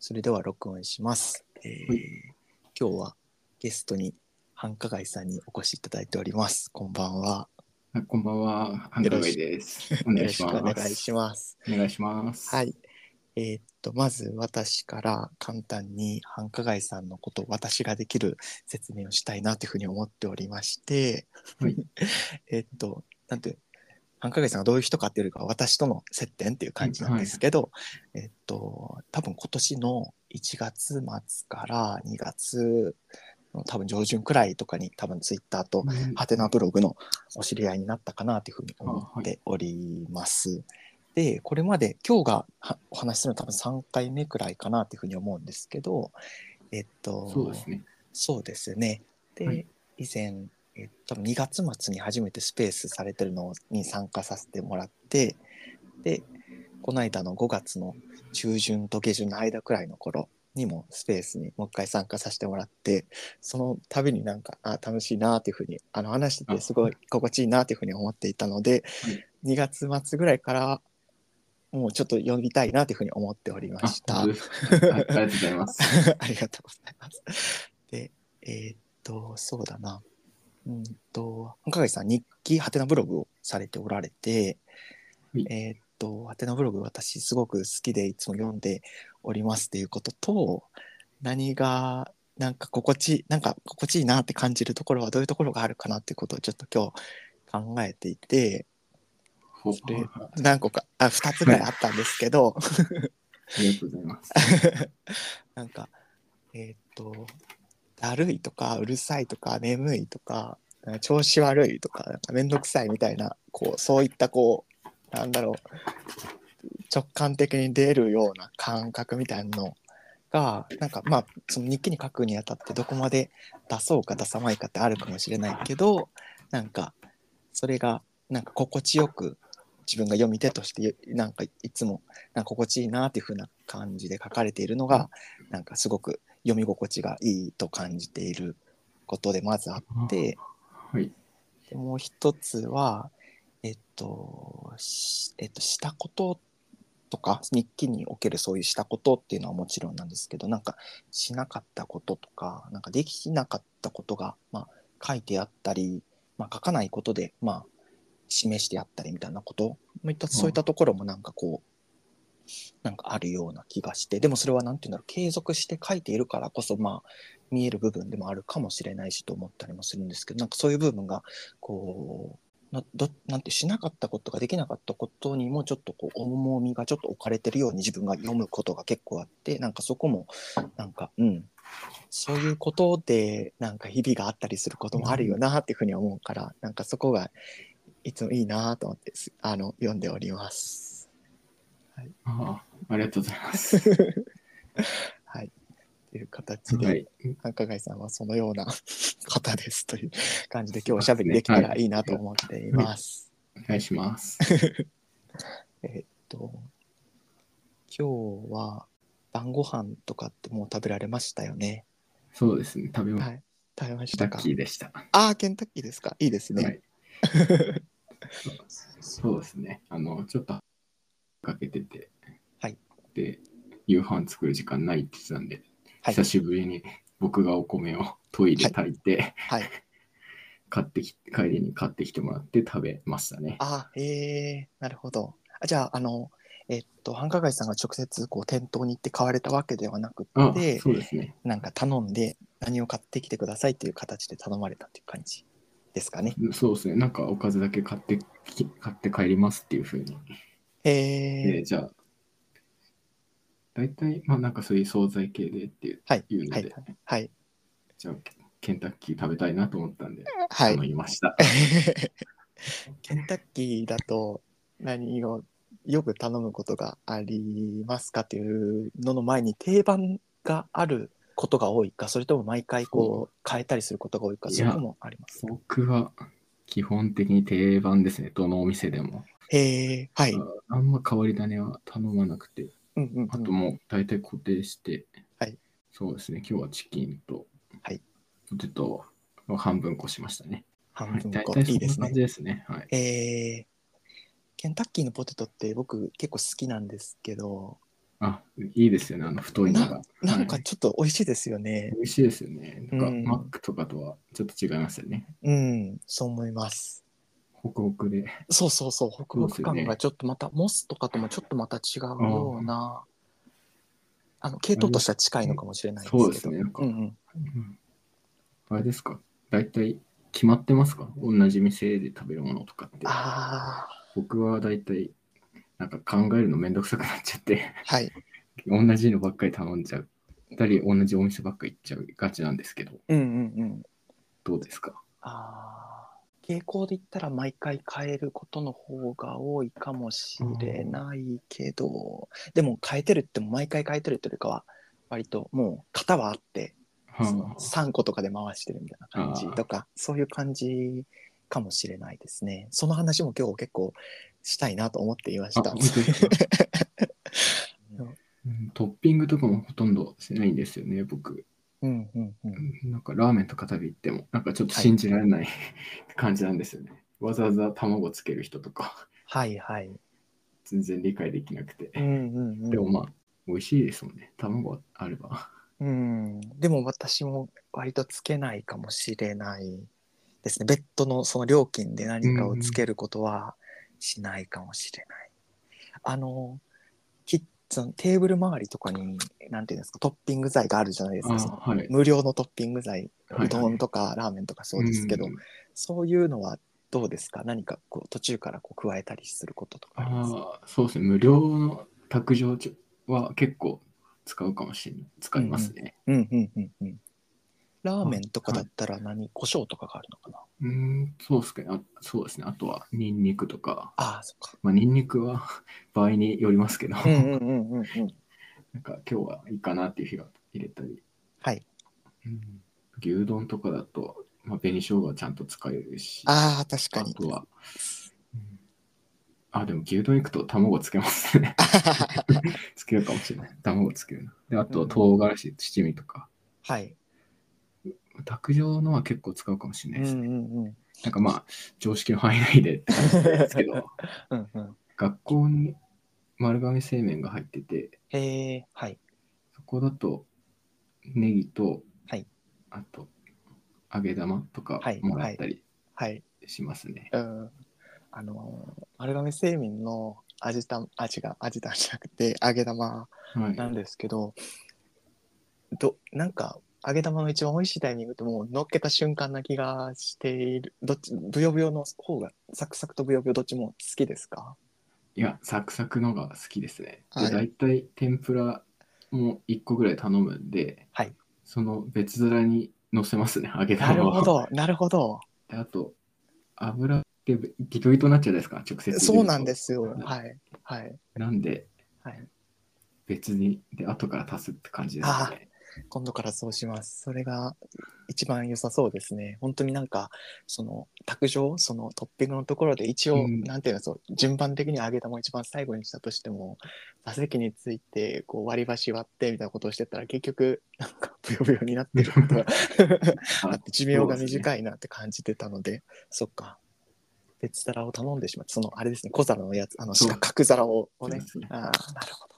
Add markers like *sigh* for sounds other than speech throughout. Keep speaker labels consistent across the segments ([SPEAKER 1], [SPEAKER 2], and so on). [SPEAKER 1] それでは録音します。えー
[SPEAKER 2] は
[SPEAKER 1] 今日はゲストに繁華街さんにお越しいただいております。こんばんは。
[SPEAKER 2] あこんばんは、ハンドルイです。お
[SPEAKER 1] よろ
[SPEAKER 2] 願い
[SPEAKER 1] し
[SPEAKER 2] し
[SPEAKER 1] くお
[SPEAKER 2] ま
[SPEAKER 1] 願い
[SPEAKER 2] す。
[SPEAKER 1] します。
[SPEAKER 2] お願いします。
[SPEAKER 1] はい。えーっと、まず私から簡単に繁華街さんのことを私ができる説明をしたいなというふうに思っておりまして、
[SPEAKER 2] はい
[SPEAKER 1] *laughs* えーっと、なんて、繁華街さんがどういう人かっていうよりかは私との接点っていう感じなんですけど、えーっと、多分今年の1月末から2月の多分上旬くらいとかに多分ツイッターと
[SPEAKER 2] うん
[SPEAKER 1] ハテナブログのお知り合いになったかなというふうに思っております。でこれまで今日がはお話しするのは多分3回目くらいかなというふうに思うんですけどえっと
[SPEAKER 2] そうですね。
[SPEAKER 1] そうですね。で、
[SPEAKER 2] はい
[SPEAKER 1] 以前、えっと、2月末に初めてスペースされてるのに参加させてもらって、で、この間の5月の中旬と下旬の間くらいの頃にもスペースにもう一回参加させてもらって、その度になんか、あ、楽しいなっていうふうに、あの、話しててすごい心地いいなっていうふうに思っていたので、2月末ぐらいから、もうちょっと呼びたいなというふうに思っておりま
[SPEAKER 2] あ、
[SPEAKER 1] した。
[SPEAKER 2] 本
[SPEAKER 1] *laughs*
[SPEAKER 2] 当ですかはいありがとうございます。
[SPEAKER 1] ありがとうございます。で、えーっと、そうだな。うんと、半影さん、日記、ハテナブログをされておられて、
[SPEAKER 2] はい
[SPEAKER 1] えーっと、ハテナブログ、私、すごく好きでいつも読んでおりますっていうことと、何が、なんか心地いい、なんか心地いいなって感じるところはどういうところがあるかなっていうことをちょっと今日考えていて、
[SPEAKER 2] ほ
[SPEAKER 1] それ何個か、あ、2つぐらいあったんですけど、
[SPEAKER 2] ありがとうございます。
[SPEAKER 1] *laughs* なんか、えーっと、だるいとか、うるさいとか、眠いとか、なんか調子悪いとか、なんかめんどくさいみたいな、こう、そういったこう、なんだろう、直感的に出るような感覚みたいなのが、なんかまあ、その日記に書くにあたって、どこまで出そうか出さないかってあるかもしれないけど、なんか、それが、なんか心地よく、自分が読み手として、なんかいつも、なんか心地いいなっていう風な感じで書かれているのが、なんかすごく読み心地がいいと感じていることでまずあって、
[SPEAKER 2] はい。
[SPEAKER 1] でもう一つは、えっと、しえっと、したこととか、日記におけるそういうしたことっていうのはもちろんなんですけど、なんかしなかったこととか、なんかできなかったことが、まあ、書いてあったり、まあ、書かないことで、まあ、示してあったりみたいなこと、そういったそういったところもなんかこう、なんかあるような気がして、でもそれはなんていうんだろう、継続して書いているからこそ、まあ、見える部分でもあるかもしれないしと思ったりもするんですけど、なんかそういう部分が、こう、などなんてしなかったことができなかったことにもちょっとこう重みがちょっと置かれてるように自分が読むことが結構あってなんかそこもなんかうんそういうことでなんか日々があったりすることもあるよなっていうふうに思うからなんかそこがいつもいいなと思ってすあの読んでおります。
[SPEAKER 2] あありがとうございます。
[SPEAKER 1] はい、という形で、
[SPEAKER 2] はい。
[SPEAKER 1] 繁華街さんはそのような方ですという感じで今日おしゃべりできたらいいなと思っています。
[SPEAKER 2] お願いします。
[SPEAKER 1] えっと今日は晩ご飯とかってもう食べられましたよね。
[SPEAKER 2] そうですね。食べ
[SPEAKER 1] は
[SPEAKER 2] 物、
[SPEAKER 1] い、食べまし
[SPEAKER 2] ラ
[SPEAKER 1] たか
[SPEAKER 2] ッキ。ーでした。は
[SPEAKER 1] ああ、ケンタッキーですか。いいですね。
[SPEAKER 2] い。そうですね。あの、ちょっとかけてて、
[SPEAKER 1] はい。
[SPEAKER 2] で、夕飯作る時間ないって言ってたんで、
[SPEAKER 1] はい
[SPEAKER 2] 久しぶりに僕がお米をトイレ炊いて、
[SPEAKER 1] はい。
[SPEAKER 2] 買ってき帰りに買ってきてもらって食べましたね。
[SPEAKER 1] ああ、ええなるほど。あじゃあ、あの、えっと、繁華街さんが直接こう店頭に行って買われたわけではなく
[SPEAKER 2] あ
[SPEAKER 1] て、
[SPEAKER 2] そうですね。
[SPEAKER 1] なんか頼んで何を買ってきてくださいという形で頼まれたっていう感じですかね。
[SPEAKER 2] そうですね。なんかおかずだけ買ってき買って帰りますっていうふうに。
[SPEAKER 1] え
[SPEAKER 2] で
[SPEAKER 1] え
[SPEAKER 2] じゃあ、大体、まあなんかそういう惣菜系でっていう,、
[SPEAKER 1] はい
[SPEAKER 2] ので、
[SPEAKER 1] はいはい。
[SPEAKER 2] じゃあケンタッキー食べたいなと思ったんで、
[SPEAKER 1] は
[SPEAKER 2] 頼
[SPEAKER 1] い。
[SPEAKER 2] みました。
[SPEAKER 1] *laughs* ケンタッキーだと何をよく頼むことがありますかっていうのの前に定番があることが多いかそれとも毎回こう変えたりすることが多いか
[SPEAKER 2] い
[SPEAKER 1] そ
[SPEAKER 2] や
[SPEAKER 1] れともあります
[SPEAKER 2] 僕は基本的に定番ですね。どのお店でも。
[SPEAKER 1] へえはい、
[SPEAKER 2] ああんま変わり種は頼まなくて、
[SPEAKER 1] うんうん
[SPEAKER 2] あ
[SPEAKER 1] う
[SPEAKER 2] と
[SPEAKER 1] ん、
[SPEAKER 2] もう大体固定して、
[SPEAKER 1] はい
[SPEAKER 2] そうですね、今日はチキンと、
[SPEAKER 1] はい
[SPEAKER 2] ポテトを半分こしましたね。
[SPEAKER 1] 半分
[SPEAKER 2] はい
[SPEAKER 1] こ
[SPEAKER 2] 大
[SPEAKER 1] いい
[SPEAKER 2] 体
[SPEAKER 1] で
[SPEAKER 2] そん
[SPEAKER 1] す
[SPEAKER 2] な
[SPEAKER 1] ね
[SPEAKER 2] 感じですね。はい、
[SPEAKER 1] えーケンタッキーのポテトって僕結構好きなんですけど
[SPEAKER 2] あ、いいですよね、あの太いのが。
[SPEAKER 1] なんか
[SPEAKER 2] はい
[SPEAKER 1] ちょっと美味しいですよね。
[SPEAKER 2] 美味しいですよね。なんか、
[SPEAKER 1] うん
[SPEAKER 2] マックとかとはちょっと違いますよね。
[SPEAKER 1] うん、そう思います。
[SPEAKER 2] ホクホクで。
[SPEAKER 1] そうそうそう、ホクホク
[SPEAKER 2] そうです
[SPEAKER 1] 感
[SPEAKER 2] よね
[SPEAKER 1] がちょっとまた、モスとかともちょっとまた違うような、あの、系統としては近いのかもしれないですけど。
[SPEAKER 2] そうですね。なんか、
[SPEAKER 1] うんうん。
[SPEAKER 2] うんあれですか大体決まってますか同じ店で食べるものとかって。
[SPEAKER 1] ああ、
[SPEAKER 2] 僕は大体、なんか考えるのめんどくさくなっちゃって、
[SPEAKER 1] はい。
[SPEAKER 2] 同じのばっかり頼んじゃう。たり、同じお店ばっかり行っちゃうがちなんですけど、
[SPEAKER 1] うんうんうん。
[SPEAKER 2] どうですか
[SPEAKER 1] ああ、傾向で言ったら毎回変えることの方が多いかもしれないけど、でも変えてるっても毎回変えてるというよりかは、割ともう型はあって、
[SPEAKER 2] は
[SPEAKER 1] 3個とかで回してるみたいな感じとか、そういう感じかもしれないですね。その話も今日結構したいなと思っていまし
[SPEAKER 2] あ
[SPEAKER 1] た。
[SPEAKER 2] 本当ですかうんトッピングとかもほとんどしないんですよね、僕。
[SPEAKER 1] うんうんうん。
[SPEAKER 2] なんかラーメンとか食べ行っても、なんかちょっと信じられない、感じなんですよね。わざわざ卵つける人とか、
[SPEAKER 1] はいはい。
[SPEAKER 2] 全然理解できなくて。
[SPEAKER 1] うんうん
[SPEAKER 2] でも
[SPEAKER 1] うん。
[SPEAKER 2] まあ、美味しいですもんね。卵あれば。
[SPEAKER 1] うん、でも私も割とつけないかもしれないですね。ベッドのその料金で何かをつけることはしないかもしれない。あの、キッズのテーブル周りとかに、なんていうんですか、トッピング剤があるじゃないです
[SPEAKER 2] あ
[SPEAKER 1] か。その
[SPEAKER 2] はい。
[SPEAKER 1] 無料のトッピング剤
[SPEAKER 2] はいう
[SPEAKER 1] どんとかラーメンとかそうですけど、
[SPEAKER 2] ん
[SPEAKER 1] そういうのはどうですか何かこう途中からこう加えたりすることとかありますか
[SPEAKER 2] ああ、そうですね。無料の卓上は結構使うかもしれない。使いますね。
[SPEAKER 1] うんうんうんうんラーメンとかだったら何、胡椒とかがあるのかな
[SPEAKER 2] うーん、そうですけど、あそうですね。あとは、ニンニクとか。
[SPEAKER 1] ああそっか
[SPEAKER 2] まあ、ニンニクは *laughs* 場合によりますけど、
[SPEAKER 1] うんうんうんうんうん
[SPEAKER 2] なんか今日はいいかなっていう日が入れたり。
[SPEAKER 1] はい
[SPEAKER 2] うん牛丼とかだと、まあ、紅生姜はちゃんと使えるし。
[SPEAKER 1] ああ確かに *laughs*
[SPEAKER 2] あとは、うんあ、でも牛丼行くと卵つけますね。 *laughs* つけるかもしれない。卵つけるな。で、あと、唐辛子、七味とか。
[SPEAKER 1] はい
[SPEAKER 2] 卓上のは結構使うかもしれな
[SPEAKER 1] う
[SPEAKER 2] い
[SPEAKER 1] んう
[SPEAKER 2] ですね。
[SPEAKER 1] んうん
[SPEAKER 2] なんかまあ、常識の範囲内でって感じですけ
[SPEAKER 1] *laughs*
[SPEAKER 2] ど、
[SPEAKER 1] うんうん
[SPEAKER 2] 学校に丸亀製麺が入ってて、
[SPEAKER 1] へえはい
[SPEAKER 2] そこだと、ネギと、
[SPEAKER 1] はい
[SPEAKER 2] あと、揚げ玉とか
[SPEAKER 1] はい
[SPEAKER 2] もらったり
[SPEAKER 1] はい
[SPEAKER 2] しますね。
[SPEAKER 1] うんあのー丸亀製麺の味た味が味たじゃなくて揚げ玉
[SPEAKER 2] はい。
[SPEAKER 1] なんですけど、どなんか揚げ玉の一番美味しいタイミングってもう乗っけた瞬間な気がしているどっちブヨブヨの方がサクサクとブヨブヨどっちも好きですか
[SPEAKER 2] いや、サクサクのが好きですね。
[SPEAKER 1] は
[SPEAKER 2] で、
[SPEAKER 1] い
[SPEAKER 2] 大体天ぷらも1個ぐらい頼むんで、
[SPEAKER 1] はい
[SPEAKER 2] その別皿に乗せますね、揚げ
[SPEAKER 1] な
[SPEAKER 2] 玉
[SPEAKER 1] る
[SPEAKER 2] は。
[SPEAKER 1] ほどなるほど
[SPEAKER 2] で、あと、油ってギトギトになっちゃうじゃないですか、直接入れると。
[SPEAKER 1] そうなんですよ
[SPEAKER 2] はい
[SPEAKER 1] はいはい
[SPEAKER 2] なんで、
[SPEAKER 1] はい
[SPEAKER 2] 別に、で、後から足すって感じですね。
[SPEAKER 1] 今度からそうしますそれが一番良さそうですね本当になんかその卓上そのトッピングのところで一応、
[SPEAKER 2] うん
[SPEAKER 1] なんていうのそう順番的に揚げ玉を一番最後にしたとしても座席についてこう割り箸割ってみたいなことをしてたら結局なんかブヨブヨになってること *laughs* が
[SPEAKER 2] あ
[SPEAKER 1] あって寿命が短いなって感じてたのでそっか別皿を頼んでしまってそのあれですね小皿のやつあの
[SPEAKER 2] そう
[SPEAKER 1] 四角皿ををね
[SPEAKER 2] そうですね
[SPEAKER 1] ああなるほど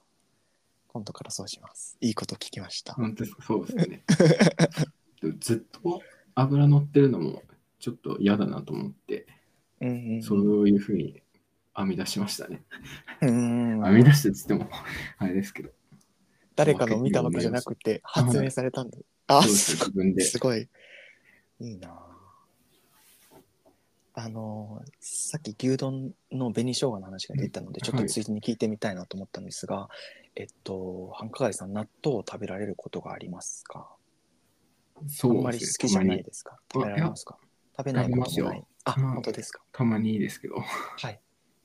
[SPEAKER 1] 今度からそうしますいいこと聞きました、
[SPEAKER 2] 本当ですか、そうですね。でずっと油乗ってるのも、ちょっと嫌だなと思って、
[SPEAKER 1] うんうんうん
[SPEAKER 2] そういうふうに編み出しましたね。
[SPEAKER 1] うん
[SPEAKER 2] 編み出してっつっても、 *laughs* あれですけど。
[SPEAKER 1] 誰かの見たわけじゃなくて
[SPEAKER 2] あ
[SPEAKER 1] 発明されたんだ。あ、
[SPEAKER 2] そうです
[SPEAKER 1] す
[SPEAKER 2] ね
[SPEAKER 1] ご *laughs*
[SPEAKER 2] 自分
[SPEAKER 1] い
[SPEAKER 2] で。
[SPEAKER 1] すごい。いいなああのーさっき牛丼の紅生姜の話が出たので、
[SPEAKER 2] うん
[SPEAKER 1] ちょっとついでに聞いてみたいなと思ったんですが、えっと繁華街さん納豆を食べられることがありますかあ
[SPEAKER 2] そ
[SPEAKER 1] ん
[SPEAKER 2] う
[SPEAKER 1] まり好きじゃないですか
[SPEAKER 2] た
[SPEAKER 1] 食べ
[SPEAKER 2] まに
[SPEAKER 1] られますか食べないこともないあ、
[SPEAKER 2] べますようん
[SPEAKER 1] 本当ですか
[SPEAKER 2] たまにいいですけど。
[SPEAKER 1] はい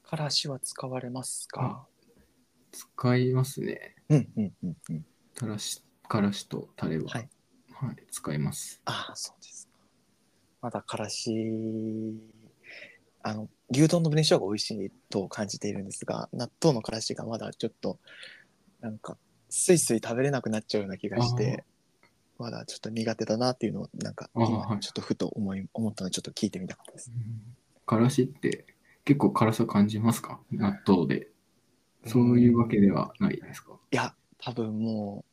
[SPEAKER 1] からしは使われますか、
[SPEAKER 2] 使いますね。
[SPEAKER 1] うん、うんうんうん
[SPEAKER 2] たらし、からしとタレは。
[SPEAKER 1] はい
[SPEAKER 2] はい使います。
[SPEAKER 1] ああ、そうですか。まだからし、あの、牛丼の紅生姜が美味しいと感じているんですが、納豆のからしがまだちょっと、なんか、すいすい食べれなくなっちゃうような気がして、まだちょっと苦手だなっていうのを、なんか、
[SPEAKER 2] あー
[SPEAKER 1] 今
[SPEAKER 2] はい
[SPEAKER 1] ちょっとふと思い、思ったので、ちょっと聞いてみたかったです。
[SPEAKER 2] からしって結構辛さ感じますか納豆で。そういうわけではないですか。
[SPEAKER 1] いや多分も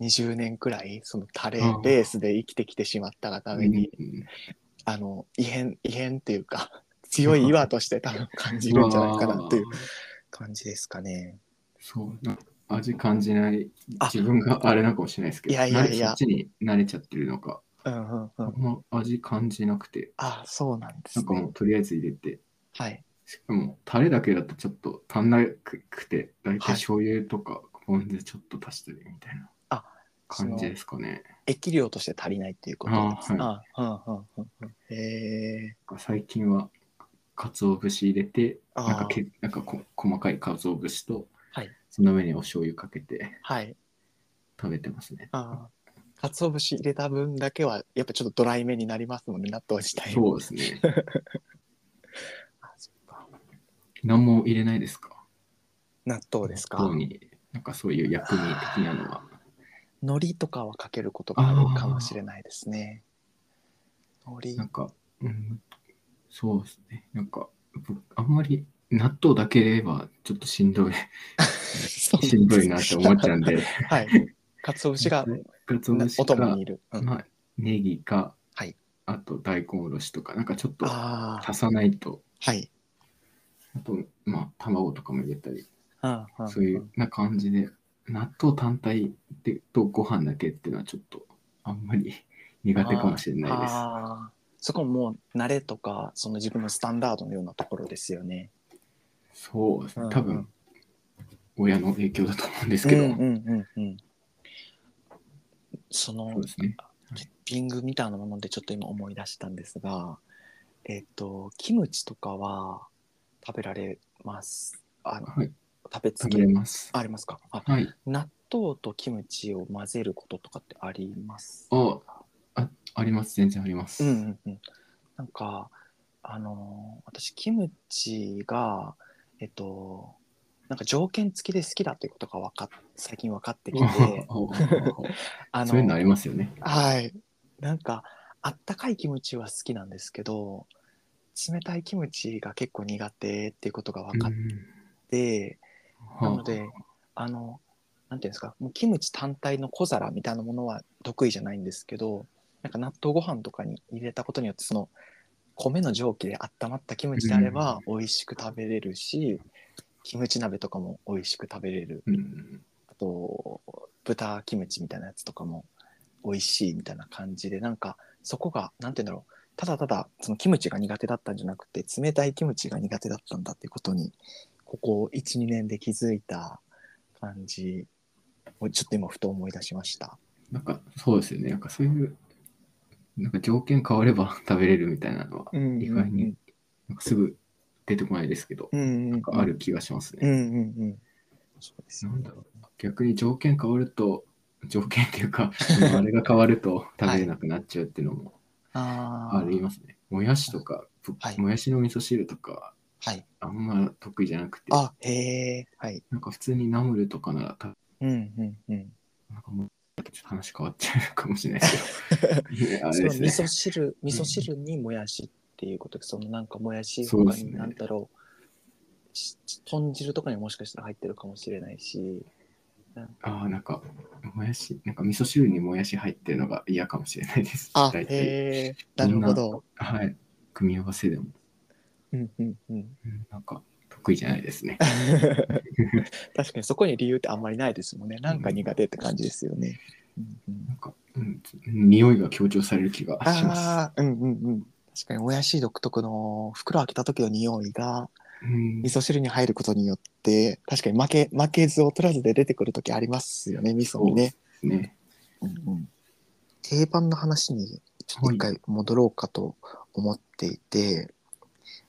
[SPEAKER 1] う20年くらいそのタレベースで生きてきてしまったがために、
[SPEAKER 2] うん
[SPEAKER 1] あの異変異変っていうか *laughs* 強い岩として多分感じるんじゃないかなっていう
[SPEAKER 2] あー
[SPEAKER 1] 感じですかね。
[SPEAKER 2] そうな味感じない
[SPEAKER 1] あ
[SPEAKER 2] 自分があれなのかもしれないですけど
[SPEAKER 1] いやいやいや
[SPEAKER 2] 慣れそっちに慣れちゃってるのか、
[SPEAKER 1] うんうんう
[SPEAKER 2] あん
[SPEAKER 1] ん、
[SPEAKER 2] ま味感じなくて
[SPEAKER 1] あそうなんです
[SPEAKER 2] なんか
[SPEAKER 1] ね
[SPEAKER 2] も。うとりあえず入れて
[SPEAKER 1] はい。
[SPEAKER 2] しかもタレだけだとちょっと足んなくて大
[SPEAKER 1] はい
[SPEAKER 2] 体醤油とかポン酢ちょっと足したりみたいな
[SPEAKER 1] あ
[SPEAKER 2] 感じですかね、
[SPEAKER 1] 液量として足りないっていうことですね。あ
[SPEAKER 2] あ
[SPEAKER 1] うんうんうんうんへえ
[SPEAKER 2] 最近は鰹節入れて
[SPEAKER 1] あー
[SPEAKER 2] なんかけなんかこ細かい鰹節と、
[SPEAKER 1] はい
[SPEAKER 2] その上にお醤油かけて
[SPEAKER 1] はい。
[SPEAKER 2] 食べてますね
[SPEAKER 1] あかつお節入れた分だけはやっぱちょっとドライめになりますもんね納豆自体
[SPEAKER 2] そうですね
[SPEAKER 1] あそっか
[SPEAKER 2] 何も入れないですか
[SPEAKER 1] 納豆ですか
[SPEAKER 2] どうになんかそういう薬味的なのは。
[SPEAKER 1] 海苔とかはかけることがあるかもしれないですね。海
[SPEAKER 2] なん
[SPEAKER 1] 苔
[SPEAKER 2] か、うん、そうですね。なんか、僕あんまり納豆だけではちょっとしん
[SPEAKER 1] *laughs*
[SPEAKER 2] どい、しんどいなって思っちゃうんで、
[SPEAKER 1] はい。かつお節が
[SPEAKER 2] かつお
[SPEAKER 1] なお
[SPEAKER 2] 節
[SPEAKER 1] 供
[SPEAKER 2] か
[SPEAKER 1] にい、る。うん
[SPEAKER 2] まあ、ネギか、
[SPEAKER 1] はい
[SPEAKER 2] あと大根おろしとか、なんかちょっと
[SPEAKER 1] ああ
[SPEAKER 2] 足さないと、
[SPEAKER 1] はい。
[SPEAKER 2] あと、まあ、卵とかも入れた
[SPEAKER 1] うん
[SPEAKER 2] り、
[SPEAKER 1] うん
[SPEAKER 2] そういうな感じで、納豆単体でとご飯だけっていうのはちょっとあんまり苦手かもしれないです。
[SPEAKER 1] ああそこももう慣れとかその自分のスタンダードのようなところですよね。
[SPEAKER 2] そうです
[SPEAKER 1] うんう
[SPEAKER 2] ね
[SPEAKER 1] ん
[SPEAKER 2] 多分、親の影響だと思うんですけど、
[SPEAKER 1] うんうんうんうん。そ
[SPEAKER 2] そう
[SPEAKER 1] の
[SPEAKER 2] ですね。
[SPEAKER 1] トッピングみたいなものでちょっと今思い出したんですが、えっ、とキムチとかは食べられます。あの
[SPEAKER 2] はい、
[SPEAKER 1] 食べつ
[SPEAKER 2] 食
[SPEAKER 1] け
[SPEAKER 2] べれます。
[SPEAKER 1] ありますかあ
[SPEAKER 2] はい。
[SPEAKER 1] 納豆とキムチを混ぜることとかってあります
[SPEAKER 2] あ、ああります。全然あります。
[SPEAKER 1] うん
[SPEAKER 2] *laughs*
[SPEAKER 1] うんうんなんかあのー私キムチがえっとなんか条件付きで好きだということがわかっ最近分かってきてあ
[SPEAKER 2] そういうのあ
[SPEAKER 1] の
[SPEAKER 2] りますよね。
[SPEAKER 1] はいなんかあったかいキムチは好きなんですけど冷たいキムチが結構苦手っていうことが分かっ
[SPEAKER 2] うん
[SPEAKER 1] て、
[SPEAKER 2] は
[SPEAKER 1] な
[SPEAKER 2] あ
[SPEAKER 1] ので、あの、なんていうんですか、もうキムチ単体の小皿みたいなものは得意じゃないんですけど、なんか納豆ご飯とかに入れたことによって、その、米の蒸気で温まったキムチであれば美味しく食べれるし、キムチ鍋とかも美味しく食べれる。
[SPEAKER 2] うん、
[SPEAKER 1] あと、豚キムチみたいなやつとかも美味しいみたいな感じで、なんかそこが、なんていうんだろう、ただただそのキムチが苦手だったんじゃなくて、冷たいキムチが苦手だったんだっていうことに、ここ1、2年で気づいた感じをちょっと今ふと思い出しました。
[SPEAKER 2] なんか、そうですよね。なんかそういう、なんか条件変われば *laughs* 食べれるみたいなのは、
[SPEAKER 1] うん
[SPEAKER 2] 意外に。なんかすぐ出てこないですけど、
[SPEAKER 1] うんうん。
[SPEAKER 2] あ。る気がします
[SPEAKER 1] う
[SPEAKER 2] ね。
[SPEAKER 1] んうんうん。そうですよ
[SPEAKER 2] なん
[SPEAKER 1] ね
[SPEAKER 2] だろう。逆に条件変わると、条件っていうか、 *laughs* あのあれが変わると食べれなくなっちゃうっていうのも
[SPEAKER 1] ああ。
[SPEAKER 2] ありますね。もやしとか、ぶ
[SPEAKER 1] はい
[SPEAKER 2] もやしの味噌汁とか、
[SPEAKER 1] はい。
[SPEAKER 2] あんま得意じゃなくて、
[SPEAKER 1] あ、へえ。はい。
[SPEAKER 2] なんか普通にナムルとかなら、た
[SPEAKER 1] うんうんうん。
[SPEAKER 2] なんかもう、ちょっと話変わっちゃうかもしれな
[SPEAKER 1] *laughs*
[SPEAKER 2] いですけどいや、あ
[SPEAKER 1] そ
[SPEAKER 2] れ
[SPEAKER 1] の
[SPEAKER 2] で
[SPEAKER 1] 味
[SPEAKER 2] す
[SPEAKER 1] 噌
[SPEAKER 2] ね。
[SPEAKER 1] 汁、味噌汁にもやしっていうことで、そのなんかもやし
[SPEAKER 2] そうで
[SPEAKER 1] 他
[SPEAKER 2] すね
[SPEAKER 1] に何だろう、し豚汁とかにもしかしたら入ってるかもしれないし、
[SPEAKER 2] ああ、なんか、もやし、なんか味噌汁にもやし入ってるのが嫌かもしれないです。
[SPEAKER 1] あ、
[SPEAKER 2] 大体。
[SPEAKER 1] へえ、なるほど。
[SPEAKER 2] はい。組み合わせでも、
[SPEAKER 1] うんうんうん。
[SPEAKER 2] うんなんか、得意じゃないですね。
[SPEAKER 1] *laughs* 確かにそこに理由ってあんまりないですもんね。なんか苦手って感じですよね。うんうん
[SPEAKER 2] なんか、うん、匂いが強調される気がします。
[SPEAKER 1] ああ、うんうんうん。確かにもやし独特の袋開けた時の匂いが
[SPEAKER 2] うん
[SPEAKER 1] 味噌汁に入ることによって確かに負け負けず劣らずで出てくる時ありますよね味噌にね。
[SPEAKER 2] ね。
[SPEAKER 1] 定番の話にちょっと一回戻ろうかと思っていて、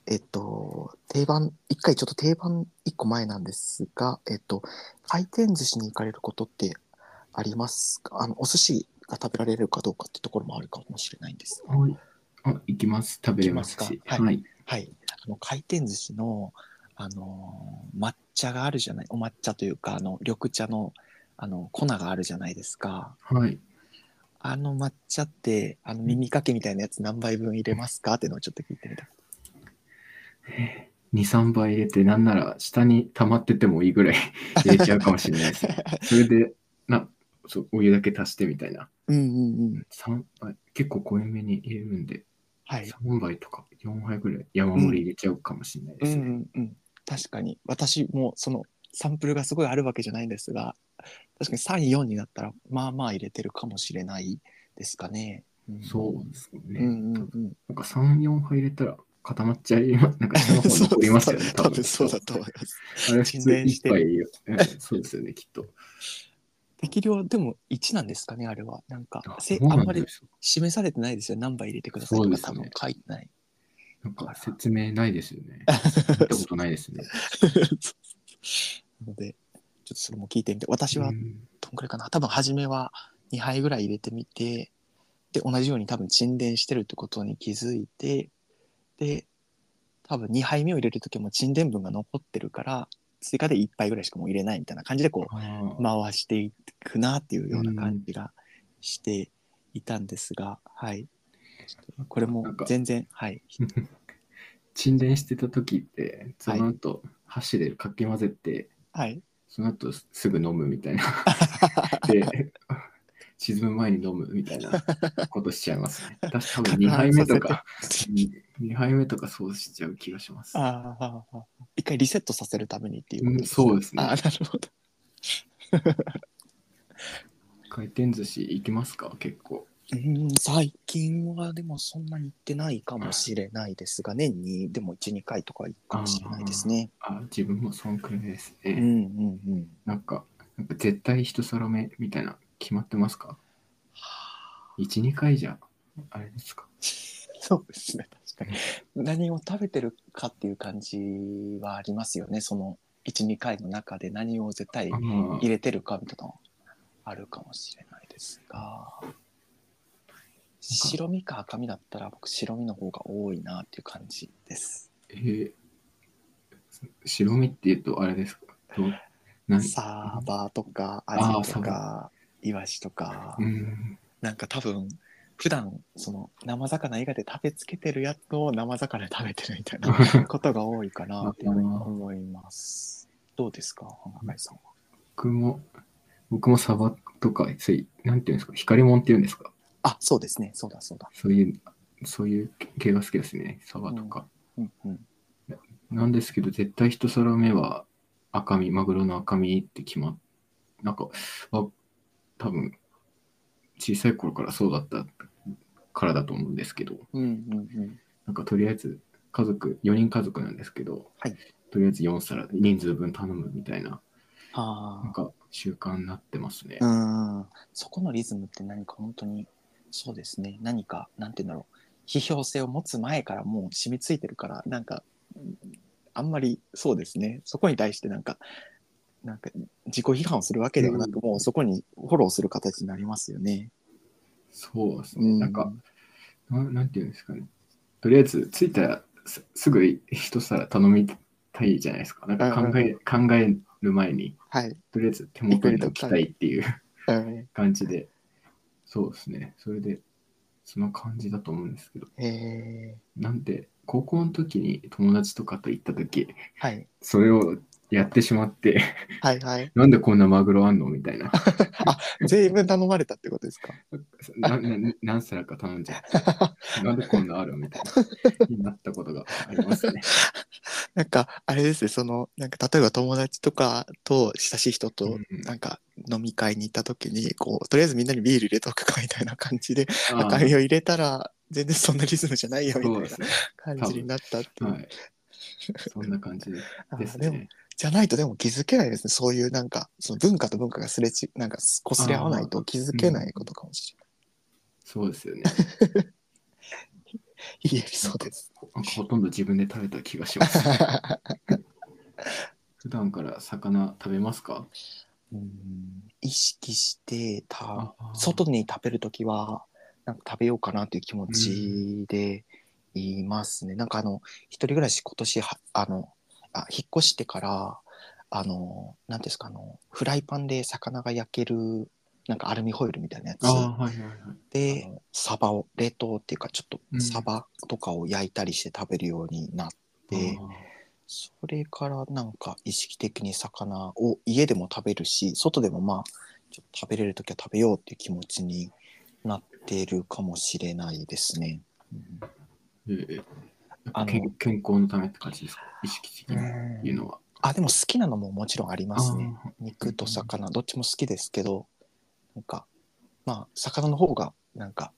[SPEAKER 1] えっと定番一回ちょっと定番一個前なんですが、えっと、回転寿司に行かれることってありますかあのお寿司が食べられるかどうかってところもあるかもしれないんですが、
[SPEAKER 2] はい。あ、行きます。食べれます
[SPEAKER 1] 行き
[SPEAKER 2] し。
[SPEAKER 1] ますか
[SPEAKER 2] はい。
[SPEAKER 1] はい、あの回転寿司の、あのー抹茶があるじゃないお抹茶というかあの緑茶のあの粉があるじゃないですか。
[SPEAKER 2] はい。
[SPEAKER 1] あの抹茶って、あの耳かけみたいなやつ何杯分入れますかっていうのをちょっと聞いてみた。
[SPEAKER 2] 2、3杯入れて、なんなら下に溜まっててもいいぐらい *laughs* 入れちゃうかもし
[SPEAKER 1] *laughs*
[SPEAKER 2] れないですね。それで、なそうお湯だけ足してみたいな。
[SPEAKER 1] *laughs* うんうんうん。
[SPEAKER 2] 三杯結構濃いめに入れるんで、
[SPEAKER 1] はい。
[SPEAKER 2] 3杯とか4杯ぐらい山盛り入れちゃうかもしれないで
[SPEAKER 1] うんう
[SPEAKER 2] すね。
[SPEAKER 1] んうん。確かに。私もそのサンプルがすごいあるわけじゃないんですが、確かに3、4になったら、まあまあ入れてるかもしれないですかね。うん
[SPEAKER 2] そうですよね。
[SPEAKER 1] うんうんうん。
[SPEAKER 2] なんか3、4杯入れたら固まっちゃい
[SPEAKER 1] *laughs*
[SPEAKER 2] ます。なんか下の方に残りますよね、
[SPEAKER 1] 多分そうだと思います。
[SPEAKER 2] あれ普通
[SPEAKER 1] 沈殿して
[SPEAKER 2] 1杯よ、うんそうですよね、きっと。
[SPEAKER 1] 適量でも1なんですかね、あれは。なんか *laughs* せ
[SPEAKER 2] そう
[SPEAKER 1] あん
[SPEAKER 2] な
[SPEAKER 1] ま
[SPEAKER 2] で
[SPEAKER 1] り
[SPEAKER 2] すよ
[SPEAKER 1] 示されてないですよ。何杯入れてくださいと
[SPEAKER 2] そう
[SPEAKER 1] か
[SPEAKER 2] です
[SPEAKER 1] 多
[SPEAKER 2] ね
[SPEAKER 1] 分書いてない。
[SPEAKER 2] なんか説明ないです
[SPEAKER 1] *laughs*
[SPEAKER 2] よね。見たことないですね。
[SPEAKER 1] なので、ちょっとそれも聞いてみて、私はどんくらいかな、多分初めは2杯ぐらい入れてみてで同じように多分沈殿してるってことに気づいてで多分2杯目を入れる時も沈殿分が残ってるから追加で1杯ぐらいしかもう入れないみたいな感じでこう
[SPEAKER 2] ああ
[SPEAKER 1] 回していくなっていうような感じがしていたんですが、はいちょっとこれも
[SPEAKER 2] なんか
[SPEAKER 1] 全然はい
[SPEAKER 2] 沈殿してた時って、その後、箸でかき混ぜて、
[SPEAKER 1] はい
[SPEAKER 2] その後すぐ飲むみた
[SPEAKER 1] *laughs*
[SPEAKER 2] いな。で、沈む前に飲むみたいなことしちゃいま
[SPEAKER 1] *laughs*
[SPEAKER 2] すね。私多分2杯目とか、2杯目とかそうしちゃう気がします。
[SPEAKER 1] ああああ一回リセットさせるためにっていうこと
[SPEAKER 2] うんそうですね
[SPEAKER 1] ああなるほど
[SPEAKER 2] 回転寿司行きますか結構。
[SPEAKER 1] うん最近はでもそんなに行ってないかもしれないですが年にでも12回とか行くかもしれないですね。
[SPEAKER 2] あ、自分もそんくらいですね。
[SPEAKER 1] うんうんうん、
[SPEAKER 2] なんか、なんか絶対一皿目みたいな、決まってますか ?1、2回じゃ、あれですか。
[SPEAKER 1] そうですね *laughs* 確かに何を食べてるかっていう感じはありますよねその12回の中で何を絶対
[SPEAKER 2] あまあ
[SPEAKER 1] 入れてるかみたいなのあるかもしれないですが白身か赤身だったら僕白身の方が多いなっていう感じです。
[SPEAKER 2] えー白身って言うと、あれですかどうなん
[SPEAKER 1] サーバーとか
[SPEAKER 2] あ
[SPEAKER 1] ア
[SPEAKER 2] ー
[SPEAKER 1] ジ
[SPEAKER 2] サ
[SPEAKER 1] と
[SPEAKER 2] ー
[SPEAKER 1] かイワシとか。
[SPEAKER 2] うん。
[SPEAKER 1] なんか多分普段その生魚以外で食べつけてるやつを生魚で食べてるみたいな
[SPEAKER 2] *laughs*
[SPEAKER 1] ことが多いかなっていうふうに思います。どうですか、浜貝さんは。
[SPEAKER 2] 僕も、僕もサバとか、そういう、なんていうんですか、光もんっていうんですか。
[SPEAKER 1] あ、そうですね。そうだそうだ。
[SPEAKER 2] そういう、そういう系が好きですね、サバとか。
[SPEAKER 1] うんうん。
[SPEAKER 2] なんですけど、絶対一皿目は赤身、マグロの赤身って決まっなんか、あ多分、小さい頃からそうだったからだと思うんですけど、
[SPEAKER 1] うんうんうん。
[SPEAKER 2] なんかとりあえず、家族、4人家族なんですけど、
[SPEAKER 1] はい
[SPEAKER 2] とりあえず4皿、人数分頼むみたいな、なん
[SPEAKER 1] あ
[SPEAKER 2] か習慣になってますね。
[SPEAKER 1] あ。うん。そこのリズムって何か本当にそうですね。何かなんて言うんだろう。批評性を持つ前からもう染みついてるからなんかうんあんまりそうですね。そこに対してなんかなんか自己批判をするわけではなく、もうそこにフォローする形になりますよね。
[SPEAKER 2] そうです
[SPEAKER 1] う
[SPEAKER 2] ね。
[SPEAKER 1] ん
[SPEAKER 2] なんか、ななんていうんですかね。とりあえず、着いたらすすぐ一皿頼みたいじゃないですか。なんか考え,、考える前に。
[SPEAKER 1] はい。
[SPEAKER 2] とりあえず手元に置きたいっていう
[SPEAKER 1] うん
[SPEAKER 2] 感じで、そうですね。それで、その感じだと思うんですけど、
[SPEAKER 1] え
[SPEAKER 2] なんで、高校の時に友達とかと行った時、
[SPEAKER 1] ーはい。
[SPEAKER 2] それをやってしまって、
[SPEAKER 1] はいはい。
[SPEAKER 2] なんでこんなマグロあんのみたいな、 *laughs*
[SPEAKER 1] 全部頼まれたってことですか。
[SPEAKER 2] なな何皿か頼んじゃって、なんでこんなあるみたいな、になったことがありますね。
[SPEAKER 1] なんかあれですね。そのなんか例えば友達とかと親しい人と
[SPEAKER 2] うん
[SPEAKER 1] なんか飲み会に行った時にこうとりあえずみんなにビール入れとくかみたいな感じで
[SPEAKER 2] あー
[SPEAKER 1] 赤身を入れたら全然そんなリズムじゃないよみ
[SPEAKER 2] そ
[SPEAKER 1] た
[SPEAKER 2] うで
[SPEAKER 1] いな
[SPEAKER 2] すね。
[SPEAKER 1] 感じになったっていう。
[SPEAKER 2] はい。
[SPEAKER 1] *laughs*
[SPEAKER 2] そんな感じ
[SPEAKER 1] あ
[SPEAKER 2] です
[SPEAKER 1] ーでも
[SPEAKER 2] ね。
[SPEAKER 1] じゃないとでも気づけないですね。そういうなんか、その文化と文化がすれち、なんかこすれ合わないと気づけないことかもしれ
[SPEAKER 2] そうですよね。
[SPEAKER 1] ない。いいエピソードです。 *laughs*
[SPEAKER 2] なんかほとんど自分で食べた気がします。普段から魚食べますか
[SPEAKER 1] うん意識してた、
[SPEAKER 2] あー
[SPEAKER 1] 外に食べるときは、なんか食べようかなっていう気持ちでいますね。なんかあの、一人暮らし今年は、あの、あ引っ越してから、あの、なんていうんですか、あの、フライパンで魚が焼ける、なんかアルミホイルみたいなやつ。
[SPEAKER 2] ああ、はいはいはい。
[SPEAKER 1] で
[SPEAKER 2] あの
[SPEAKER 1] サバを冷凍っていうかちょっ
[SPEAKER 2] う
[SPEAKER 1] と
[SPEAKER 2] ん
[SPEAKER 1] サバとかを焼いたりして食べるようになって、
[SPEAKER 2] あ
[SPEAKER 1] それからなんか意識的に魚を家でも食べるし外でもまあちょっと食べれる時は食べようっていう気持ちになってるかもしれないですね。うん
[SPEAKER 2] ええやっぱ
[SPEAKER 1] あの
[SPEAKER 2] 健健康のためって感じですか意識的にいうのは。
[SPEAKER 1] あでも好きなのももちろんありますね。
[SPEAKER 2] あー
[SPEAKER 1] 肉と魚どっちも好きですけどなんかまあ魚の方がなんか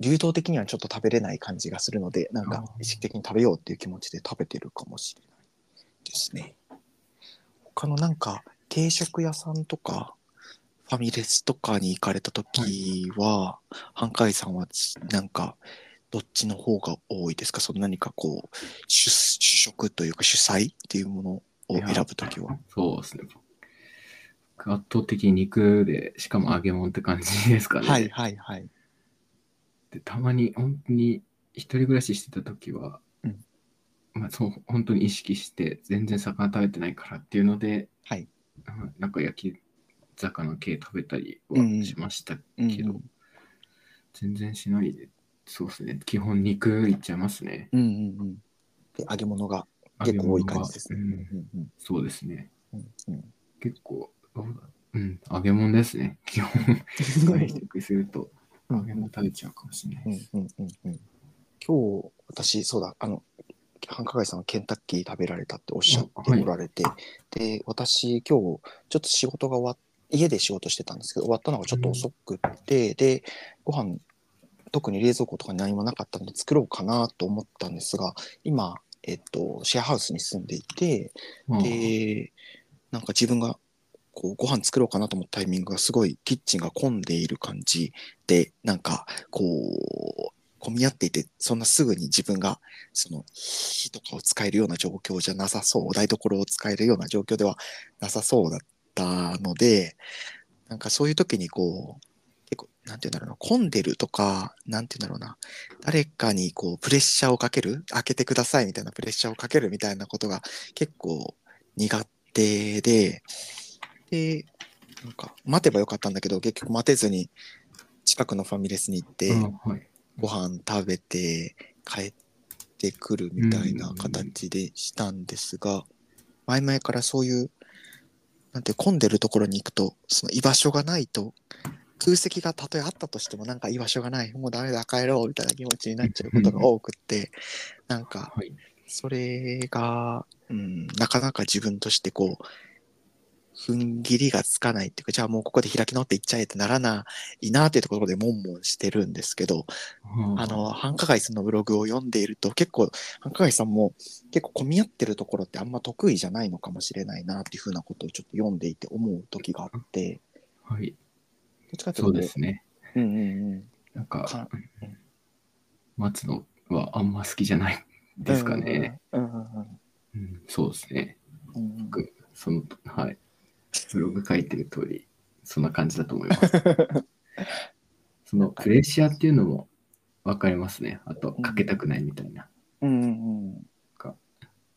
[SPEAKER 1] 流動的にはちょっと食べれない感じがするのでなんか
[SPEAKER 2] あー
[SPEAKER 1] 意識的に食べようっていう気持ちで食べてるかもしれないですね。他のなんか定食屋さんとかファミレスとかに行かれた時は、半海さんはなんかどっちの方が多いですかその何かこう主主食というか主菜っていうものを選ぶ時は。
[SPEAKER 2] そうですね。僕圧倒的に肉で、しかも揚げ物って感じですかね。
[SPEAKER 1] はいはいはい。
[SPEAKER 2] でたまに本当に一人暮らししてた時は、
[SPEAKER 1] うん
[SPEAKER 2] まあそう本当に意識して全然魚食べてないからっていうので、
[SPEAKER 1] はい
[SPEAKER 2] うんなんか焼き魚系食べたり
[SPEAKER 1] う
[SPEAKER 2] は
[SPEAKER 1] んうん
[SPEAKER 2] しましたけど、
[SPEAKER 1] うんうん
[SPEAKER 2] 全然しないでそうですね基本肉いっちゃいますね
[SPEAKER 1] うんうんうん。で揚げ物が
[SPEAKER 2] 揚
[SPEAKER 1] 結
[SPEAKER 2] げ
[SPEAKER 1] 構多
[SPEAKER 2] 物
[SPEAKER 1] い
[SPEAKER 2] が
[SPEAKER 1] 感じですね。
[SPEAKER 2] うん
[SPEAKER 1] うん
[SPEAKER 2] そうですね
[SPEAKER 1] うんうん
[SPEAKER 2] 結構どうだうん揚げ物ですね基本外食すると
[SPEAKER 1] うん
[SPEAKER 2] 揚げ物食べちゃうかもしれない
[SPEAKER 1] うん
[SPEAKER 2] です、
[SPEAKER 1] うんうんうん今日私そうだあの繁華街さんはケンタッキー食べられたっておっしゃって
[SPEAKER 2] あはい
[SPEAKER 1] おられて、で私今日ちょっと仕事が終わっ家で仕事してたんですけど終わったのがちょっと遅くて、でご飯特に冷蔵庫とかに何もなかったので作ろうかなと思ったんですが今、えっと、シェアハウスに住んでいて、
[SPEAKER 2] まあ
[SPEAKER 1] でなんか自分がこうご飯作ろうかなと思ったタイミングがすごいキッチンが混んでいる感じでなんかこう混み合っていてそんなすぐに自分がその火とかを使えるような状況じゃなさそうお台所を使えるような状況ではなさそうだったのでなんかそういう時にこう結構なんて言うんだろうな混んでるとかなんて言うんだろうな誰かにこうプレッシャーをかける開けてくださいみたいなプレッシャーをかけるみたいなことが結構苦手で、で、なんか、待てばよかったんだけど、結局待てずに、近くのファミレスに行って、
[SPEAKER 2] あはい
[SPEAKER 1] ご飯食べて、帰ってくるみたいな形でしたんですが、前々からそういう、なんて、混んでるところに行くと、その居場所がないと、空席がたとえあったとしても、なんか居場所がない、もうダメだ、帰ろう、みたいな気持ちになっちゃうことが多くって、なんか、
[SPEAKER 2] はい
[SPEAKER 1] それが、うん、なかなか自分としてこう、踏ん切りがつかないっていうか、じゃあもうここで開き直っていっちゃえってならないなっていうところでもんもんしてるんですけど、あの、繁華街さんのブログを読んでいると結構、繁華街さんも結構混み合ってるところってあんま得意じゃないのかもしれないなっていうふうなことをちょっと読んでいて思う時があって、
[SPEAKER 2] はい
[SPEAKER 1] どっちかってい
[SPEAKER 2] そうう
[SPEAKER 1] と、
[SPEAKER 2] ですね
[SPEAKER 1] うんうんうん。
[SPEAKER 2] なんか
[SPEAKER 1] かうん
[SPEAKER 2] 待つのはあんま好きじゃないですかね。
[SPEAKER 1] うんうんうん。
[SPEAKER 2] うんそうですね。
[SPEAKER 1] うんうんうん
[SPEAKER 2] 僕そのはいブログ書いてる通りそんな感じだと思
[SPEAKER 1] *laughs*
[SPEAKER 2] います。そのプレッシャーっていうのも分かりますね。あとかけたくないみたいな。
[SPEAKER 1] うんうんうん。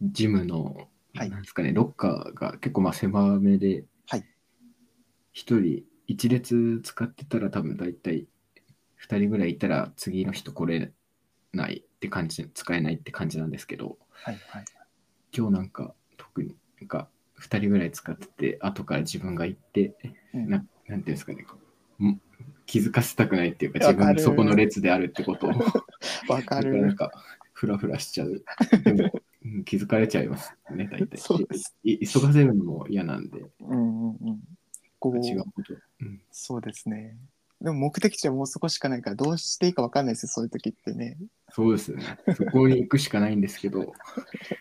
[SPEAKER 2] ジムの、
[SPEAKER 1] はい
[SPEAKER 2] なんですかねロッカーが結構まあ狭めで
[SPEAKER 1] はい
[SPEAKER 2] 一人一列使ってたら多分大体2人ぐらいいたら次の人来れないって感じ使えないって感じなんですけど。
[SPEAKER 1] はいはい。
[SPEAKER 2] 今日なんか特になんか2人ぐらい使ってて後から自分が行って
[SPEAKER 1] うん
[SPEAKER 2] ななんていうんですかねこうん気づかせたくないっていうか
[SPEAKER 1] わか
[SPEAKER 2] 自
[SPEAKER 1] る
[SPEAKER 2] 分がそこの列であるってことを
[SPEAKER 1] わか
[SPEAKER 2] だらな
[SPEAKER 1] る
[SPEAKER 2] ん。かフラフラしちゃうでも、 *laughs* うん気づかれちゃいますね大体
[SPEAKER 1] そうです
[SPEAKER 2] い急がせるのも嫌なんで
[SPEAKER 1] うんうんうん。こ
[SPEAKER 2] 違う
[SPEAKER 1] う、
[SPEAKER 2] こと、うん、
[SPEAKER 1] そうですね。でも目的地はもうそこしかないから、どうしていいかわかんないですよ、そういう時ってね。
[SPEAKER 2] そうですよねそこに行くしかないんです
[SPEAKER 1] *laughs*
[SPEAKER 2] けど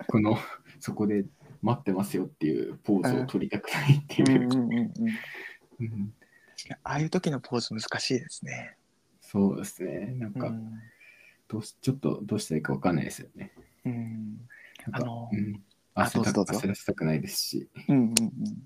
[SPEAKER 2] このそこで待ってますよっていうポーズを取りたくないって
[SPEAKER 1] うん
[SPEAKER 2] いうう、
[SPEAKER 1] んうんうん。
[SPEAKER 2] うん
[SPEAKER 1] ああいう時のポーズ難しいですね。
[SPEAKER 2] そうですねなん
[SPEAKER 1] う
[SPEAKER 2] か、
[SPEAKER 1] ん。
[SPEAKER 2] どうしちょっとどうしたらいいかわかんないですよね。
[SPEAKER 1] うん
[SPEAKER 2] なんか
[SPEAKER 1] あの
[SPEAKER 2] うん、
[SPEAKER 1] あ
[SPEAKER 2] 焦ら
[SPEAKER 1] どうぞどうぞ
[SPEAKER 2] 焦らせたくないですし、
[SPEAKER 1] うんうんうん。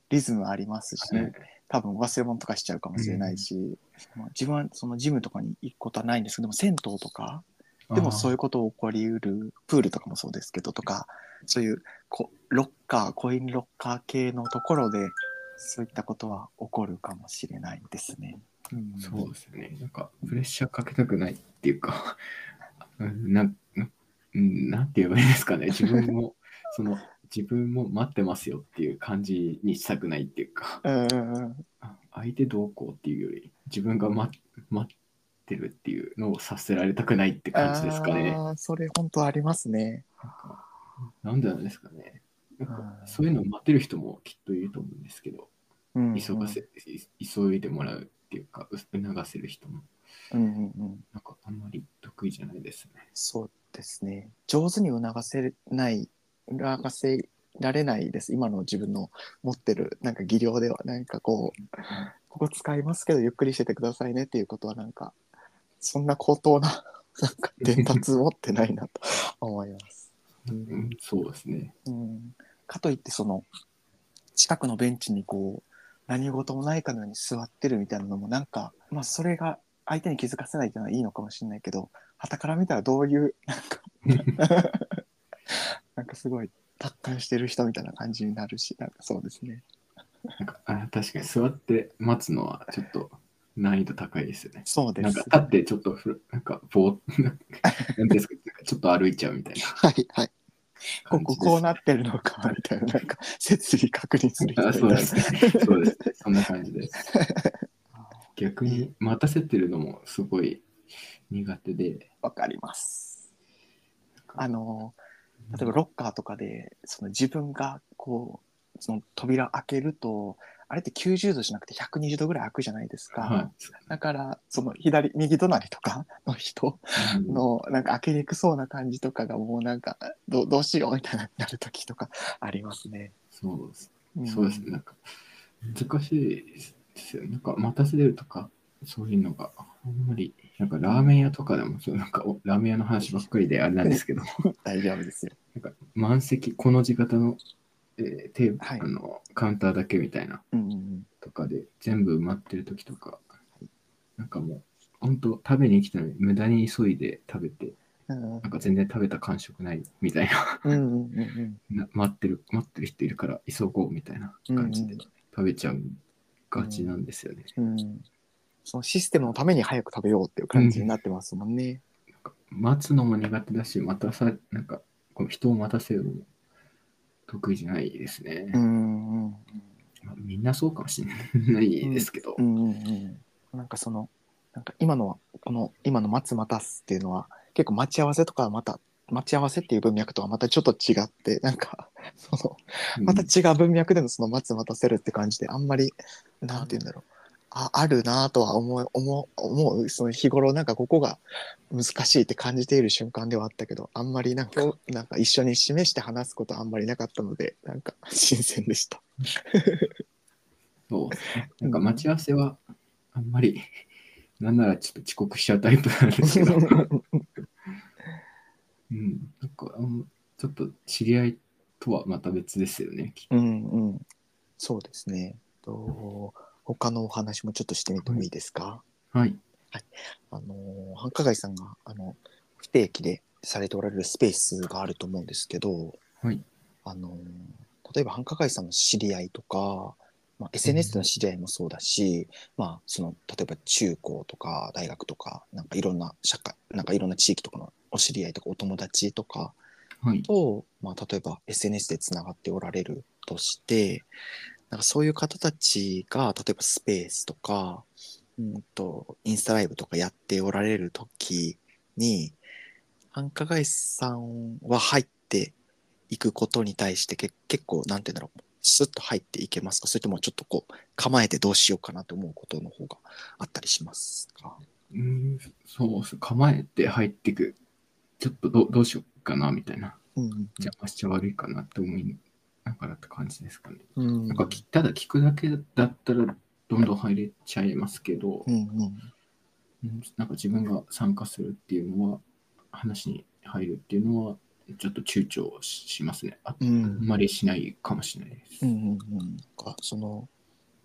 [SPEAKER 1] リズムありますし、
[SPEAKER 2] はい
[SPEAKER 1] 多分忘れ物とかしちゃうかもしれないし、まあ自分はそのジムとかに行くことはないんですけど、でも銭湯とか、でもそうい
[SPEAKER 2] いう
[SPEAKER 1] こと起こりうるプールとかもそうですけどとかそういうこロッカーコインロッカー系のところでそういったことは起こるかもしれないですね。うん、
[SPEAKER 2] そうですよね。なんかプレッシャーかけたくないっていうか、 *laughs* うんなんなうんなんて言えばいいですかね。自分も *laughs* その自分も待ってますよっていう感じにしたくないっていうか
[SPEAKER 1] うんうんうん
[SPEAKER 2] あ相手どうこうっていうより自分が待待ってるっていうのをさせられたくないって感じですかね
[SPEAKER 1] あーそれ本当ありますね。
[SPEAKER 2] なんでなんですかねなんか
[SPEAKER 1] うん
[SPEAKER 2] そういうのを待ってる人もきっといると思うんですけど
[SPEAKER 1] うんうん
[SPEAKER 2] 急がせ、い急いでもらうっていうかう促せる人も
[SPEAKER 1] うんうんうん
[SPEAKER 2] なんかあんまり得意じゃないですね
[SPEAKER 1] そうですね。上手に促せない、促せられないです。今の自分の持ってるなんか技量では、なんかこう、ここ使いますけどゆっくりしててくださいねっていうことはなんか、そんな高等な、なんか伝達持ってないなと思います。
[SPEAKER 2] うん、そうですね
[SPEAKER 1] うん、かといってその、近くのベンチにこう、何事もないかのように座ってるみたいなのもなんか、まあそれが相手に気づかせないっていうのはいいのかもしれないけど、傍から見たらどういう、なんか *laughs* なんかすごい達観してる人みたいな感じになるし、なんかそうですね。
[SPEAKER 2] なんかあ確かに座って待つのはちょっと難易度高いですよね
[SPEAKER 1] そうで
[SPEAKER 2] なん
[SPEAKER 1] す
[SPEAKER 2] か。立ってちょっとふらなんかぼーなんていうんですかなんかちょっと歩いちゃうみたいな
[SPEAKER 1] はいはい。こ
[SPEAKER 2] 感じで
[SPEAKER 1] こ
[SPEAKER 2] す
[SPEAKER 1] こうなってるのかみたいな、なん *laughs* か設備確認する人
[SPEAKER 2] あそう
[SPEAKER 1] い
[SPEAKER 2] で
[SPEAKER 1] たし
[SPEAKER 2] すねそうですねそんな感じです逆に待たせてるのもすごい苦手で
[SPEAKER 1] わかります。あの、例えばロッカーとかで、その自分がこう、その扉開けると、あれって90度じゃなくて120度ぐらい開くじゃないですか。
[SPEAKER 2] はい
[SPEAKER 1] だから、その左、右隣とかの人の、なんか開けにくそうな感じとかがもうなんか、どどうしようみたいになる時とかありますね。
[SPEAKER 2] そうです
[SPEAKER 1] ん
[SPEAKER 2] そうですね、なんか難しいですよね。なんか待たせるとか、そういうのがあんまり、なんかラーメン屋とかでもそう、なんかおラーメン屋の話ばっかりであれなんですけど、
[SPEAKER 1] 大丈夫ですよ。
[SPEAKER 2] なんか満席、この字型の、えーテーブル、
[SPEAKER 1] はい
[SPEAKER 2] あのカウンターだけみたいな
[SPEAKER 1] うんうん
[SPEAKER 2] とかで全部埋まってる時とか、なんかもう、本当食べに来たのに無駄に急いで食べて、
[SPEAKER 1] うん。
[SPEAKER 2] なんか全然食べた感触ないみたいな、 *laughs*
[SPEAKER 1] うんうんうんうん
[SPEAKER 2] な待ってる、待ってる人いるから急ごうみたいな感じで
[SPEAKER 1] うん
[SPEAKER 2] 食べちゃうがちなんですよね。
[SPEAKER 1] うん。うん。そのシステムのために早く食べようっていう感じになってますもんね。
[SPEAKER 2] なんか待つのも苦手だし、またさ、なんか、この人を待たせるのも得意じゃないですね。
[SPEAKER 1] うんうん
[SPEAKER 2] まあ、みんなそうかもしれないですけど、
[SPEAKER 1] うんうんうん。なんかその、なんか今のは、この今の待つ待たすっていうのは、結構待ち合わせとかはまた、待ち合わせっていう文脈とはまたちょっと違って、なんか、その、
[SPEAKER 2] うん
[SPEAKER 1] また違う文脈でのその待つ待たせるって感じであんまりなんて言うんだろうああるなとは思う思う思うその日頃なんかここが難しいって感じている瞬間ではあったけどあんまりなんかなんか一緒に示して話すことあんまりなかったのでなんか新鮮で
[SPEAKER 2] *laughs*
[SPEAKER 1] した。
[SPEAKER 2] そうですねなんか待ち合わせはあんまり、なんならちょっと遅刻しちゃうタイプなんです
[SPEAKER 1] *laughs*
[SPEAKER 2] けど、うん、なんか、あのちょっと知り合いとはまた別ですよね。きっ
[SPEAKER 1] うんうん、そうですねと他のお話もちょっとしてみてもいいですか、
[SPEAKER 2] とはい。
[SPEAKER 1] あの繁華街さんがあの不定期でされておられるスペースがあると思うんですけど、
[SPEAKER 2] はい
[SPEAKER 1] あの例えば繁華街さんの知り合いとか、まあ、SNS での知り合いもそうだし、まあ、その例えば中高とか大学とかなんかいろんな社会なんかいろんな地域とかのお知り合いとかお友達とか
[SPEAKER 2] はい。
[SPEAKER 1] と、まあ、例えば SNS でつながっておられるとしてなんかそういう方たちが例えばスペースとか、うん、とインスタライブとかやっておられる時に繁華街さんは入っていくことに対してけ結構なんて言うんだろうスッと入っていけますかそれともちょっとこう構えてどうしようかなと思うことの方があったりしますか
[SPEAKER 2] うん、そうです構えて入ってく。ちょっとどうどうしようかな、みたいな。
[SPEAKER 1] うん
[SPEAKER 2] 邪魔しちゃ悪いかなって思いながらって感じですかね。
[SPEAKER 1] うん
[SPEAKER 2] なんかきただ聞くだけだったらどんどん入れちゃいますけど
[SPEAKER 1] う、んうん
[SPEAKER 2] うんなんか自分が参加するっていうのは、話に入るっていうのは、ちょっと躊躇ししますね。あ,、
[SPEAKER 1] うん
[SPEAKER 2] あんまりしないかもしれないです。
[SPEAKER 1] うんうんうん、なんかその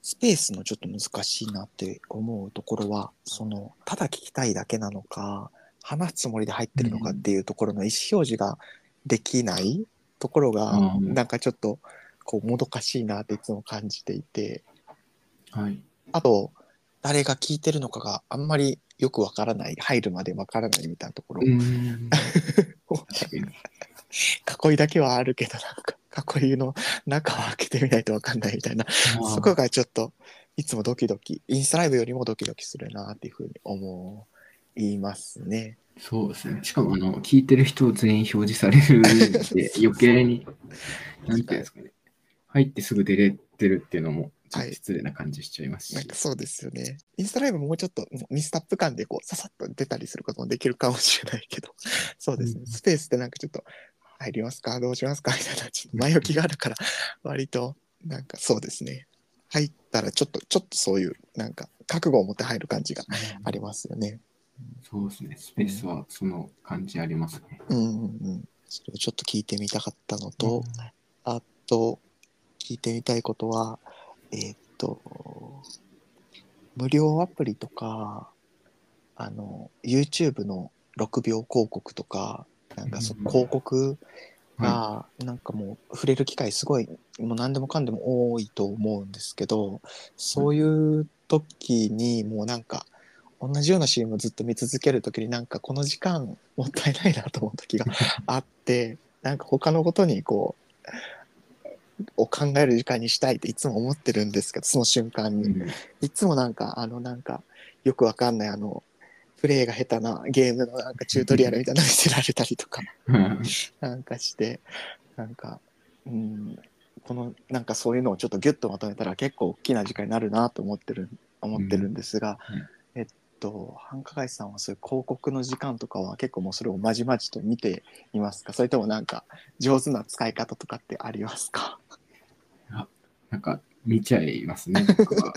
[SPEAKER 1] スペースのちょっと難しいなって思うところはそのただ聞きたいだけなのか話すつもりで入ってるのかっていうところの意思表示ができないところが、
[SPEAKER 2] うん
[SPEAKER 1] なんかちょっとこうもどかしいなっていつも感じていて
[SPEAKER 2] はい。
[SPEAKER 1] あと誰が聞いてるのかがあんまりよくわからない入るまでわからないみた *laughs* いなところ、
[SPEAKER 2] うん。確かに。
[SPEAKER 1] 囲いだけはあるけどなんか固有の中を開けてみないと分かんないみたいな
[SPEAKER 2] まあ
[SPEAKER 1] そこがちょっといつもドキドキインスタライブよりもドキドキするなっていうふうに思いますね。、
[SPEAKER 2] そうですね。しかも、あの、聞いてる人全員表示されるんで余計
[SPEAKER 1] *laughs*
[SPEAKER 2] に、なんていうんですかね。入ってすぐ出れてるっていうのも、ちょっと失礼な感じしちゃいますし。
[SPEAKER 1] なんかそうですよね。インスタライブもうちょっともうミスタップ感でこうささっと出たりすることもできるかもしれないけど、 *laughs* そうですね。
[SPEAKER 2] うん
[SPEAKER 1] スペースってなんかちょっと入りますかどうしますかみたいなちょっと前置きがあるから、割となんかそうですね。入ったらちょっとちょっとそういうなんか覚悟を持って入る感じがありますよね。
[SPEAKER 2] そうですね。スペースはその感じありますね。
[SPEAKER 1] うんうんうん。それをちょっと聞いてみたかったのと、
[SPEAKER 2] うん
[SPEAKER 1] あと、聞いてみたいことは、えーっと、無料アプリとか、あの、YouTube の6秒広告とか、なんかそ
[SPEAKER 2] うん
[SPEAKER 1] 広告が、なんかもう触れる機会すごい、もう何でもかんでも多いと思うんですけど、そういう時にもうなんか、同じような CM をずっと見続ける時になんかこの時間もったいないなと思う時
[SPEAKER 2] *laughs*
[SPEAKER 1] があって、なんか他のことにこう、を考える時間にしたいっていつも思ってるんですけどその瞬間に、
[SPEAKER 2] うん
[SPEAKER 1] いつもなんかあのなんかよくわかんないあのプレイが下手なゲームのなんかチュートリアルみたいなの見せられたりとかなんかしてなんかうんこのなんかそういうのをちょっとギュッとまとめたら結構大きな時間になるなと思ってる思ってるんですが、
[SPEAKER 2] うんうん
[SPEAKER 1] えっと繁華街さんはそういう広告の時間とかは結構もうそれをまじまじと見ていますかそれともなんか上手な使い方とかってありますか
[SPEAKER 2] *laughs* なんか、見ちゃいますね。僕
[SPEAKER 1] *laughs*
[SPEAKER 2] は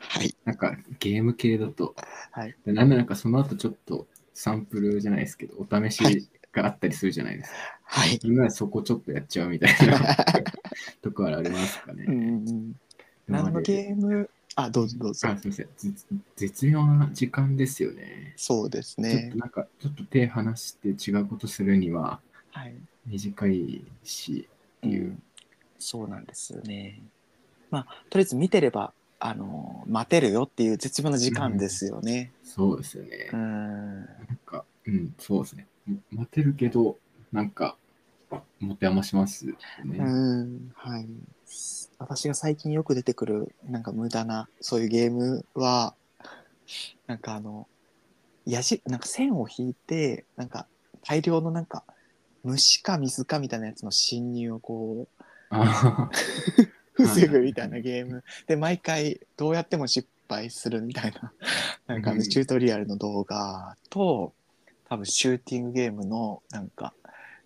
[SPEAKER 1] はい。
[SPEAKER 2] なんか、ゲーム系だと。
[SPEAKER 1] はい
[SPEAKER 2] でなんなら、その後ちょっとサンプルじゃないですけど、お試しがあったりするじゃないですか。
[SPEAKER 1] はい。
[SPEAKER 2] みんなでそこちょっとやっちゃうみた
[SPEAKER 1] *laughs*
[SPEAKER 2] いなとこはありますかね。
[SPEAKER 1] うんうんうん。何の
[SPEAKER 2] で
[SPEAKER 1] ゲームあ、どうぞどうぞ。
[SPEAKER 2] あすみません絶絶妙な時間ですよね。
[SPEAKER 1] そうです
[SPEAKER 2] ちょっ
[SPEAKER 1] ね
[SPEAKER 2] と。なんか、ちょっと手離して違うことするには
[SPEAKER 1] はい。
[SPEAKER 2] 短いし、っていう。
[SPEAKER 1] そうなんですよね。まあ、とりあえず見てれば、あの、待てるよっていう絶妙な時間ですよね。
[SPEAKER 2] そうですよね
[SPEAKER 1] う。ん。
[SPEAKER 2] なんか、うん、そうですね。待てるけど、なんか、持て余しますよね。
[SPEAKER 1] うん。はい。私が最近よく出てくる、なんか無駄な、そういうゲームは、なんかあの、やじ、なんか線を引いて、なんか大量のなんか、虫か水かみたいなやつの侵入をこう、
[SPEAKER 2] あ
[SPEAKER 1] 防ぐみたいなゲームで毎回どうやっても失敗するみたいな *laughs* なんかあ
[SPEAKER 2] う
[SPEAKER 1] の
[SPEAKER 2] ん
[SPEAKER 1] チュートリアルの動画と多分シューティングゲームのなんか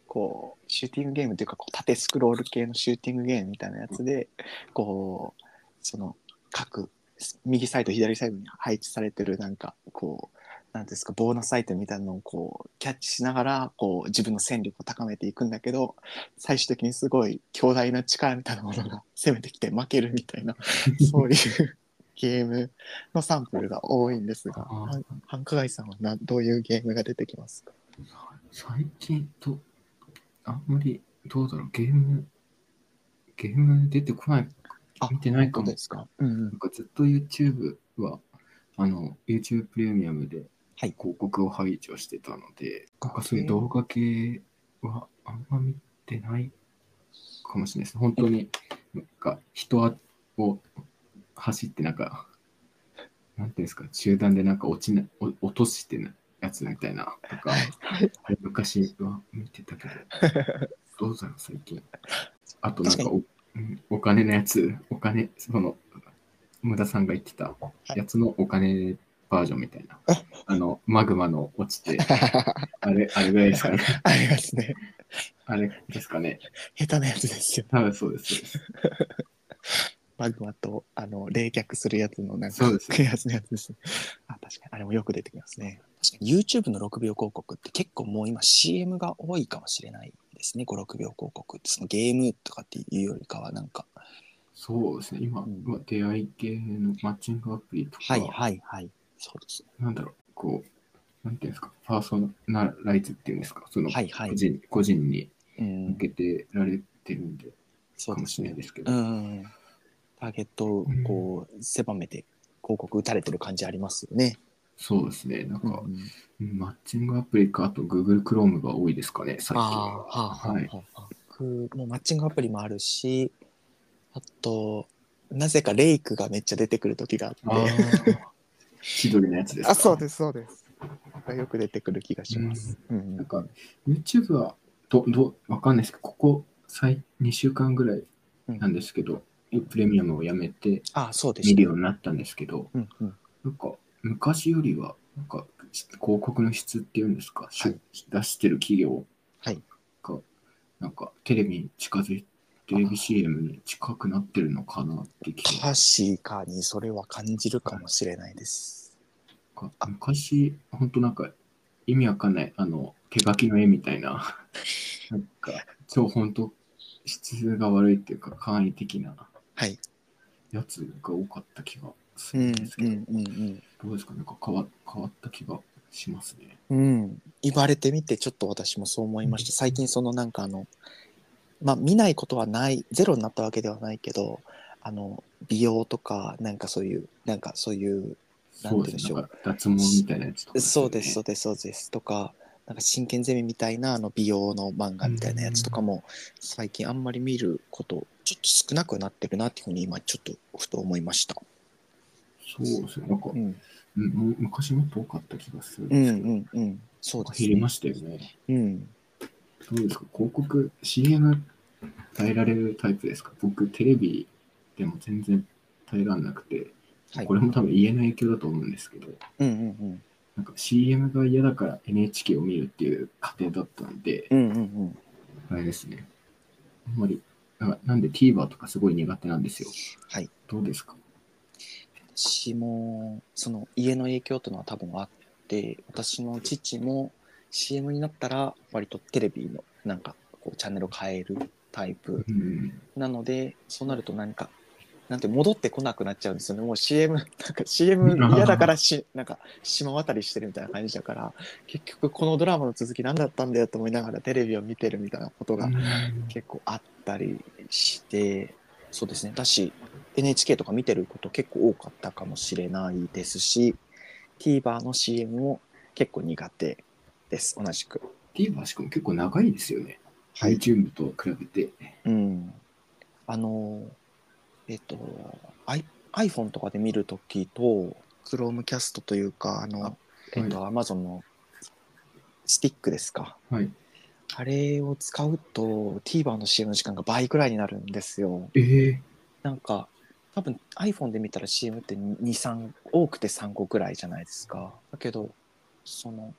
[SPEAKER 1] こうシューティングゲームというかこう縦スクロール系のシューティングゲームみたいなやつでこうその各右サイド左サイドに配置されてるなんかこうなんていうんですかボーナスアイテムみたいなのをこうキャッチしながらこう自分の戦力を高めていくんだけど最終的にすごい強大な力みたいなものが攻めてきて負けるみたいな *laughs* そういうゲームのサンプルが多いんですが
[SPEAKER 2] あ
[SPEAKER 1] は繁華街さんはなどういうゲームが出てきますか
[SPEAKER 2] *laughs* 最近と、あんまり、どうだろう、ゲーム、ゲーム出てこない、
[SPEAKER 1] あ
[SPEAKER 2] 見てないか
[SPEAKER 1] どう
[SPEAKER 2] も
[SPEAKER 1] で。すか、うん *laughs* う
[SPEAKER 2] なんんかずっと YouTube は、あの、YouTube プレミアムで
[SPEAKER 1] はい
[SPEAKER 2] 広告を排除してたので、なんか
[SPEAKER 1] 系
[SPEAKER 2] そういう動画系はあんま見てないかもしれないです。本当に、なんか人を走って、なんか、なんていうんですか、集団でなんか落ちな、お落としてなやつみたいなとか、昔は見てたけど、
[SPEAKER 1] *laughs*
[SPEAKER 2] どうだろう、最近。あとなんかおうんお金のやつ、お金、その、無駄さんが言ってたやつのお金バージョンみたいな。あの、マグマの落ちて、あれ、あれぐらいですかね。
[SPEAKER 1] ありますね
[SPEAKER 2] あれですかね。
[SPEAKER 1] 下手なやつですよ
[SPEAKER 2] 多分そうです。そうです
[SPEAKER 1] マグマとあの冷却するやつのなんか
[SPEAKER 2] そ
[SPEAKER 1] *laughs*
[SPEAKER 2] うです
[SPEAKER 1] やつのやつですね。あ確かにあれもよく出てきますね。確かに YouTube の6秒広告って結構もう今 CM が多いかもしれないですね。5、6秒広告ってそのゲームとかっていうよりかはなんか。
[SPEAKER 2] そうですね。今
[SPEAKER 1] うん、
[SPEAKER 2] まあ出会い系のマッチングアプリとか、
[SPEAKER 1] はいはいはい。そうですね。
[SPEAKER 2] なんだろう、こう、なんていうんですか、パーソナライズっていうんですか、その、
[SPEAKER 1] はいはい
[SPEAKER 2] 個人個人に
[SPEAKER 1] うん
[SPEAKER 2] 向けてられてるんで、
[SPEAKER 1] そ
[SPEAKER 2] か
[SPEAKER 1] うで
[SPEAKER 2] も
[SPEAKER 1] す
[SPEAKER 2] しれない
[SPEAKER 1] ね。
[SPEAKER 2] ですけど
[SPEAKER 1] う。ん。ターゲットをこう狭めて広告打たれてる感じありますよね。
[SPEAKER 2] そうですね。な
[SPEAKER 1] う
[SPEAKER 2] ん
[SPEAKER 1] ん
[SPEAKER 2] か、マッチングアプリか、あと Google Chrome が多いですかね、最近
[SPEAKER 1] ああ、
[SPEAKER 2] は。
[SPEAKER 1] はあ、はあ、はあ。くもうマッチングアプリもあるしあとなぜかレイクがめっちゃ出てくる時があって
[SPEAKER 2] ああ。千鳥のやつです
[SPEAKER 1] あ
[SPEAKER 2] か。
[SPEAKER 1] そうですそうですがよく出てくる気がします、うん
[SPEAKER 2] なんか、YouTube は、ど、ど、わかんないですけど、ここ、最、2週間ぐらい
[SPEAKER 1] うん
[SPEAKER 2] なんですけど、プレミアムをやめて
[SPEAKER 1] あそうで
[SPEAKER 2] 見
[SPEAKER 1] した
[SPEAKER 2] るようになったんですけど、
[SPEAKER 1] うんうん
[SPEAKER 2] なんか、昔よりは、なんか、広告の質っていうんです
[SPEAKER 1] は
[SPEAKER 2] か、
[SPEAKER 1] い
[SPEAKER 2] し出してる企業
[SPEAKER 1] はい
[SPEAKER 2] が、なんか、テレビに近づいテレビ CM に近くなってるのかなって気が。
[SPEAKER 1] 確かにそれは感じるかもしれないです。
[SPEAKER 2] なんか昔、本当なんか、意味わかんない、あの、手書きの絵みた
[SPEAKER 1] *laughs*
[SPEAKER 2] いな、なんか、超本当質が悪いっていうか、簡易的な
[SPEAKER 1] はい。
[SPEAKER 2] やつが多かった気がす
[SPEAKER 1] う
[SPEAKER 2] るん
[SPEAKER 1] ん
[SPEAKER 2] ですけ
[SPEAKER 1] う
[SPEAKER 2] ど、
[SPEAKER 1] んうん
[SPEAKER 2] どうですかねなんか変わ変わった気がしますね。
[SPEAKER 1] うん。うん。言われてみてちょっと私もそう思いました。最近そのなんかあのまあ見ないことはないゼロになったわけではないけどあの美容とかなんかそういうなんかそういう
[SPEAKER 2] そうですね。
[SPEAKER 1] な
[SPEAKER 2] なんんか脱毛みたいなやつとか、
[SPEAKER 1] そうですそうですそうですとかなんか真剣ゼミみたいなあの美容の漫画みたいなやつとかも最近あんまり見ることちょっと少なくなってるなっていうふうに今ちょっとふと思いました。
[SPEAKER 2] そうですね。なんか、
[SPEAKER 1] うん
[SPEAKER 2] うんむ昔もっと多かった気がするん
[SPEAKER 1] うん
[SPEAKER 2] ですけ
[SPEAKER 1] う
[SPEAKER 2] ど、
[SPEAKER 1] んうん、そうです、
[SPEAKER 2] 減りましたよね。
[SPEAKER 1] うん、
[SPEAKER 2] どうですか広告、CM 耐えられるタイプですか僕、テレビでも全然耐えられなくて、
[SPEAKER 1] はい。
[SPEAKER 2] これも多分家の影響だと思うんですけど、
[SPEAKER 1] うんうん
[SPEAKER 2] なんか CM が嫌だから NHK を見るっていう過程だったんで、
[SPEAKER 1] うん。うんうん
[SPEAKER 2] あれですね。あんまり、なんかなんで TVer とかすごい苦手なんですよ。
[SPEAKER 1] はい。
[SPEAKER 2] どうですか
[SPEAKER 1] 私も、その家の影響というのは多分あって、私の父も CM になったら、割とテレビのなんかこうチャンネルを変えるタイプ
[SPEAKER 2] うん。
[SPEAKER 1] なので、そうなると何か、なんて戻ってこなくなっちゃうんですよね。もう CM、なんか CM 嫌だからし、なんか島渡りしてるみたいな感じだから、結局このドラマの続き何だったんだよと思いながらテレビを見てるみたいなことが結構あったりしてそうですねだし NHK とか見てること結構多かったかもしれないですし TVer の CM も結構苦手です同じく
[SPEAKER 2] TVer しかも結構長いですよね。
[SPEAKER 1] はい
[SPEAKER 2] YouTube と比べて。
[SPEAKER 1] うんあのえっと I iPhone とかで見るときと Chromecast というかあの
[SPEAKER 2] あ
[SPEAKER 1] えっと Amazon のスティックですか
[SPEAKER 2] はい。
[SPEAKER 1] あれを使うと TVer の CM の時間が倍くらいになるんですよ
[SPEAKER 2] ええ
[SPEAKER 1] なんか多分 iPhone で見たら CM って23多くて3個くらいじゃないですかだけどその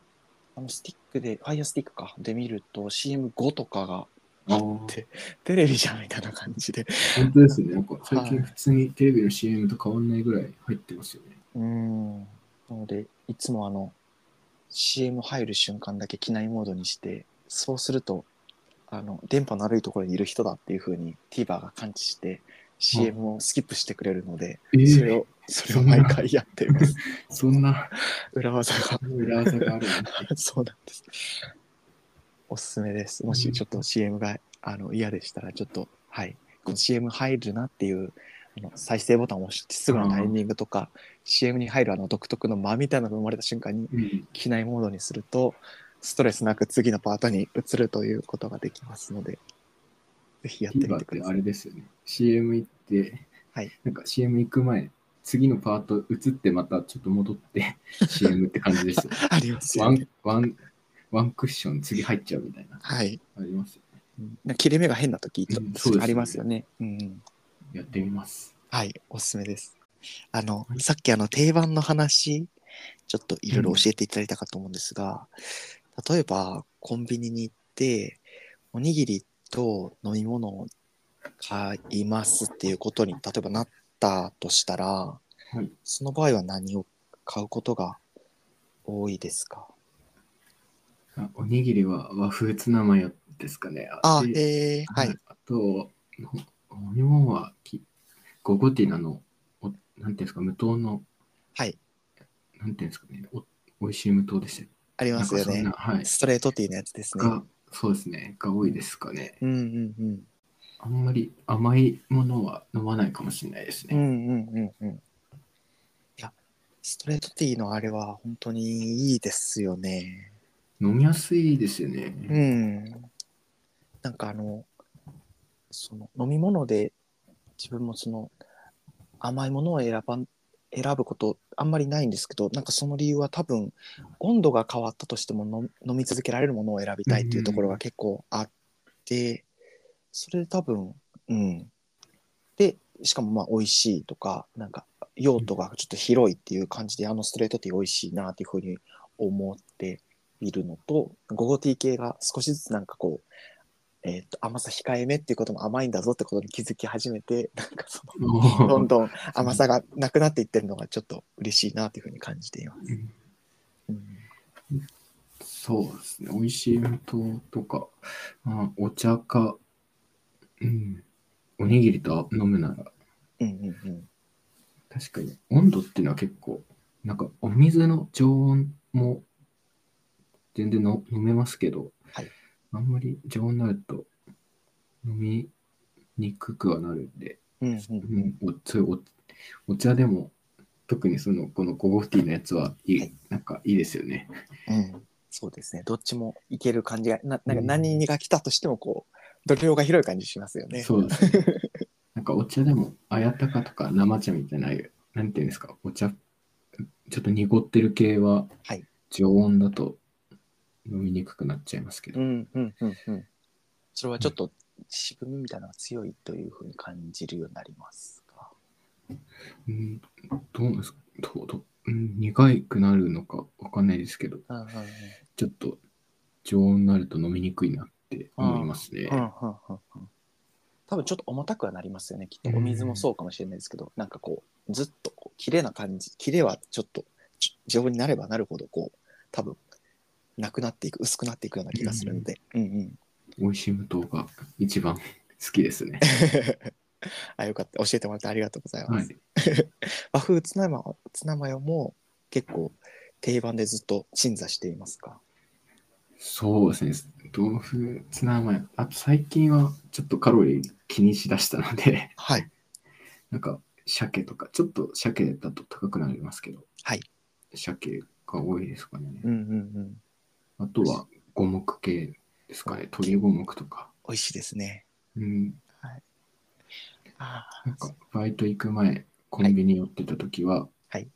[SPEAKER 1] あのスティックで Fire スティックかで見ると CM5 とかが
[SPEAKER 2] ああ
[SPEAKER 1] てテレビじゃんみたいな感じで
[SPEAKER 2] 本当ですね。なんか最
[SPEAKER 1] は
[SPEAKER 2] 近
[SPEAKER 1] い
[SPEAKER 2] 普通にテレビの CM と変わんないぐらい入ってますよね。
[SPEAKER 1] うんなのでいつもあの CM 入る瞬間だけ機内モードにしてそうするとあの電波の悪いところにいる人だっていう風に TVer が感知して CM をスキップしてくれるので、
[SPEAKER 2] え
[SPEAKER 1] それをそれを毎回やってます
[SPEAKER 2] そんな
[SPEAKER 1] 裏技が
[SPEAKER 2] 裏技があるなんて。
[SPEAKER 1] *laughs* そうなんです。おすすめです。もしちょっと CM があの嫌でしたら、ちょっと、はい、この CM 入るなっていうあの再生ボタンを押してすぐのタイミングとか、CM に入るあの独特の間みたいなのが生まれた瞬間に、
[SPEAKER 2] *laughs* うん、
[SPEAKER 1] 機内モードにすると、ストレスなく次のパートに移るということができますので、ぜひやってみ
[SPEAKER 2] TVer って
[SPEAKER 1] く
[SPEAKER 2] て
[SPEAKER 1] だ
[SPEAKER 2] あ
[SPEAKER 1] さい。
[SPEAKER 2] れですよね。CM 行って、
[SPEAKER 1] はい
[SPEAKER 2] なんか CM 行く前、次のパート移ってまたちょっと戻って *laughs* CM って感じですよね。
[SPEAKER 1] あります
[SPEAKER 2] ワ
[SPEAKER 1] よね
[SPEAKER 2] ン。ワンワンクッション次入っちゃうみたいな。
[SPEAKER 1] はい。
[SPEAKER 2] ありますよね。
[SPEAKER 1] なんか切れ目が変な時、ちょ
[SPEAKER 2] う
[SPEAKER 1] っ
[SPEAKER 2] んそうですよ
[SPEAKER 1] と
[SPEAKER 2] ね
[SPEAKER 1] ありますよね。うん
[SPEAKER 2] やってみます。
[SPEAKER 1] はい、おすすめです。あの
[SPEAKER 2] は、い
[SPEAKER 1] さっきあの定番の話、ちょっといろいろ教えていただいたかと思うんですが、例えばコンビニに行って、おにぎりと飲み物を買いますっていうことに、例えばなったとしたら、
[SPEAKER 2] い
[SPEAKER 1] その場合は何を買うことが多いですか
[SPEAKER 2] あおにぎりは和風ツナマヨですかね。
[SPEAKER 1] あ、
[SPEAKER 2] で
[SPEAKER 1] えー、はい。
[SPEAKER 2] あと、お飲み物はき、ゴゴティナの、おなんていうんですか、無糖の、
[SPEAKER 1] はい。
[SPEAKER 2] なんていうんですかね、お美味しい無糖でしたよ。
[SPEAKER 1] あり
[SPEAKER 2] な
[SPEAKER 1] ま
[SPEAKER 2] ん
[SPEAKER 1] す
[SPEAKER 2] か
[SPEAKER 1] よ
[SPEAKER 2] そん
[SPEAKER 1] ね
[SPEAKER 2] な。。はい。
[SPEAKER 1] ストレートティーのやつですね。
[SPEAKER 2] が、そうですね、が多いですかね。
[SPEAKER 1] うんうんうん。
[SPEAKER 2] あんまり甘いものは飲まないかもしれないです
[SPEAKER 1] う
[SPEAKER 2] ね。
[SPEAKER 1] んうんうんうん。いや、ストレートティーのあれは本当にいいですよね。
[SPEAKER 2] 飲みやすいですよね。
[SPEAKER 1] うん。なんかあの、その飲み物で自分もその甘いものを選ばん選ぶことあんまりないんですけどなんかその理由は多分温度が変わったとしても飲飲み続けられるものを選びたいっていうところが結構あって、それで多分うんでしかもまあ美味しいとかなんか用途がちょっと広いっていう感じであのストレートティー美味しいなっていうふうに思っているのと午後ティー系が少しずつなんかこうえー、と甘さ控えめっていうことも甘いんだぞってことに気づき始めてなんかそのどんどん甘さがなくなっていってるのがちょっと嬉しいなというふうに感じています。うん
[SPEAKER 2] そうですね、美味しい無糖とか、あお茶か、うん、おにぎりと飲むなら、
[SPEAKER 1] うんうんうん
[SPEAKER 2] 確かに温度っていうのは結構、なんかお水の常温も全然の飲めますけど、
[SPEAKER 1] はい
[SPEAKER 2] あんまり常温になると飲みにくくはなるんで、
[SPEAKER 1] うんうん
[SPEAKER 2] もうおそういうおお茶でも特にそのこのゴゴフティーのやつはいい、
[SPEAKER 1] はい
[SPEAKER 2] なんかいいですよね。
[SPEAKER 1] うんそうですねどっちもいける感じがななんか
[SPEAKER 2] うん
[SPEAKER 1] 何が来たとしてもこう度量が広い感じしますよね。
[SPEAKER 2] そうですね。なんかお茶でもあやたかとか生茶みたいなああいうなんていうんですかお茶ちょっと濁ってる系は
[SPEAKER 1] はい
[SPEAKER 2] 常温だと飲みにくくなっちゃいますけど、
[SPEAKER 1] うんうんうんうんそれはちょっと渋みみたいなのが強いというふうに感じるようになりますか。
[SPEAKER 2] うん、どうなんですかどうどううん、苦いくなるのかわかんないですけど
[SPEAKER 1] うんうんうん
[SPEAKER 2] ちょっと常温になると飲みにくいなって思いますね。
[SPEAKER 1] うんうんうんうん多分ちょっと重たくはなりますよねきっとお水もそうかもしれないですけど、なんかこうずっとこう綺麗な感じ綺麗はちょっとじ丈夫になればなるほどこう多分なくなっていく薄くなっていくような気がするので、うんうん
[SPEAKER 2] 美味しい無糖が一番好きで
[SPEAKER 1] *laughs*
[SPEAKER 2] すね。
[SPEAKER 1] あよかった教えてもらってありがとうございま
[SPEAKER 2] は
[SPEAKER 1] す、
[SPEAKER 2] い。
[SPEAKER 1] 和風ツナマヨツナマヨも結構定番でずっと鎮座していますか
[SPEAKER 2] そうですね。豆腐、ツナマヨ。あと最近はちょっとカロリー気にしだしたので、
[SPEAKER 1] はい
[SPEAKER 2] なんか鮭とか、ちょっと鮭だと高くなりますけど、
[SPEAKER 1] はい
[SPEAKER 2] 鮭が多いですかね。
[SPEAKER 1] うんうんうん
[SPEAKER 2] あとは五目系ですかね。鶏五目とか。
[SPEAKER 1] 美味しいですね
[SPEAKER 2] うん。
[SPEAKER 1] あー
[SPEAKER 2] なんかバイト行く前、コンビニ寄ってた時は、
[SPEAKER 1] はい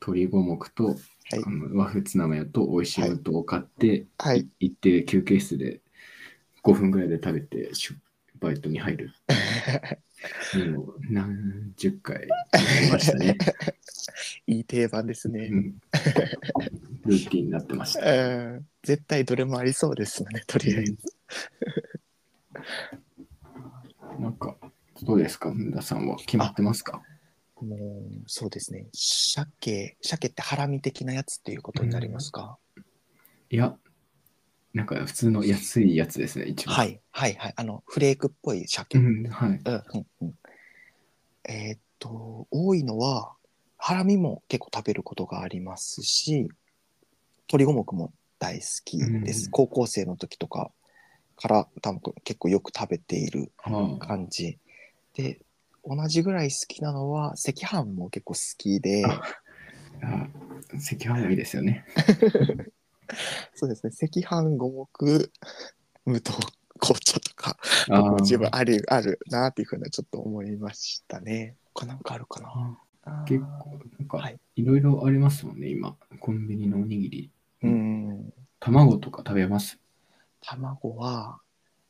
[SPEAKER 2] 鶏五目と、
[SPEAKER 1] はい
[SPEAKER 2] あの和風ツナマヨと美味しい無糖を買って、
[SPEAKER 1] はい
[SPEAKER 2] 行って休憩室で5分ぐらいで食べてシュバイト
[SPEAKER 1] *laughs*
[SPEAKER 2] に入るもう何十回やりましたね、
[SPEAKER 1] いい定番ですね、
[SPEAKER 2] うん、ルーティンになってました
[SPEAKER 1] うん絶対どれもありそうですよね、とりあえず。
[SPEAKER 2] なんかどうですか皆さんは決まってますか
[SPEAKER 1] もう、そうですね。鮭、鮭ってハラミ的なやつっていうことになりますか、
[SPEAKER 2] いやなんか普通の安いやつですね一番
[SPEAKER 1] はい、はい、はい。あの、フレークっぽい鮭。
[SPEAKER 2] う
[SPEAKER 1] うん、
[SPEAKER 2] んはい
[SPEAKER 1] うん、うん。えーっと、多いのは、ハラミも結構食べることがありますし、鶏五目も大好きです。
[SPEAKER 2] うん
[SPEAKER 1] 高校生の時とかから多分結構よく食べている
[SPEAKER 2] あー
[SPEAKER 1] 感じで同じぐらい好きなのは赤飯も結構好きで
[SPEAKER 2] ああー赤飯もいいですよね
[SPEAKER 1] そうですね赤飯五目無糖紅茶とか
[SPEAKER 2] あー
[SPEAKER 1] 自分あるあるなっていうふうなちょっと思いましたね他なんかあるかなあー
[SPEAKER 2] 結構なん
[SPEAKER 1] は
[SPEAKER 2] か
[SPEAKER 1] い
[SPEAKER 2] いろいろありますもんね今コンビニのおにぎり
[SPEAKER 1] うん
[SPEAKER 2] 卵とか食べます
[SPEAKER 1] 卵は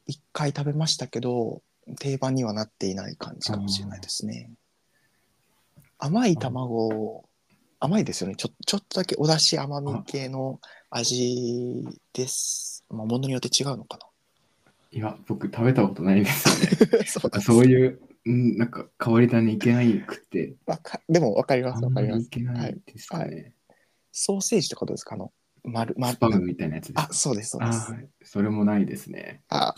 [SPEAKER 1] 一回食べましたけど定番にはなっていない感じかもしれないですね甘い卵甘いですよねちょちょっとだけお出汁甘み系の味です、まあ、ものによって違うのか
[SPEAKER 2] いや、僕食べたことないんですよ *laughs* ね。
[SPEAKER 1] な *laughs* そうなんです
[SPEAKER 2] そういう、んなんか変わり種いけないくて、
[SPEAKER 1] わかでも分かりま
[SPEAKER 2] あ
[SPEAKER 1] す
[SPEAKER 2] ん
[SPEAKER 1] 分
[SPEAKER 2] ま
[SPEAKER 1] かりま
[SPEAKER 2] りい
[SPEAKER 1] す
[SPEAKER 2] けないですかね。
[SPEAKER 1] ソーセージとかどうですかあの丸丸
[SPEAKER 2] スパムみたいなやつです
[SPEAKER 1] あ
[SPEAKER 2] か。
[SPEAKER 1] そうですそう
[SPEAKER 2] あ
[SPEAKER 1] です
[SPEAKER 2] はいそれもないですね。
[SPEAKER 1] あ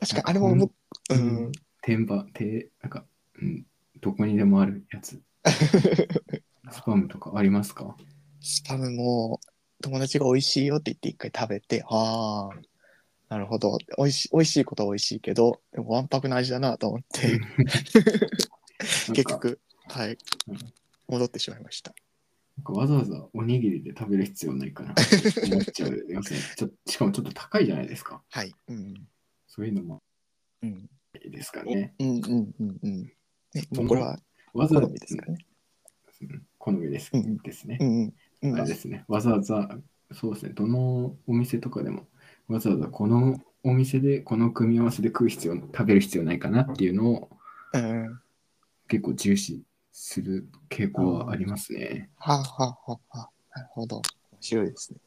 [SPEAKER 1] 確かにあれもむう
[SPEAKER 2] なんか
[SPEAKER 1] ん、
[SPEAKER 2] 天板、てなんか、うん、どこにでもあるやつ。スパムとかありますか
[SPEAKER 1] スパムも友達が美味しいよって言って一回食べて、ああ、なるほど。美味しい、美味しいことは美味しいけど、でもわんぱくな味だなと思って、結。
[SPEAKER 2] なんか
[SPEAKER 1] 局、はい
[SPEAKER 2] うん、
[SPEAKER 1] 戻ってしまいました。
[SPEAKER 2] なんかわざわざおにぎりで食べる *laughs* 必要ないかな。思っちゃう。すいませんちょしかもちょっと高いじゃないですか。
[SPEAKER 1] はい。うん。
[SPEAKER 2] そういうのも
[SPEAKER 1] うん
[SPEAKER 2] いいですかね。
[SPEAKER 1] うんうんうんうん。ね、もうこれは
[SPEAKER 2] わざ
[SPEAKER 1] 好
[SPEAKER 2] わざ
[SPEAKER 1] みですかね。
[SPEAKER 2] うん好みです,、
[SPEAKER 1] うん
[SPEAKER 2] ですね
[SPEAKER 1] う。んうん
[SPEAKER 2] あれですね。わざわざ、そうですね。どのお店とかでも、わざわざこのお店でこの組み合わせで食う必要、食べる必要ないかなっていうのを
[SPEAKER 1] うん。うん。
[SPEAKER 2] 結構重視する傾向はありますね。
[SPEAKER 1] はあ、はあはあはあ、なるほど。面白いですね。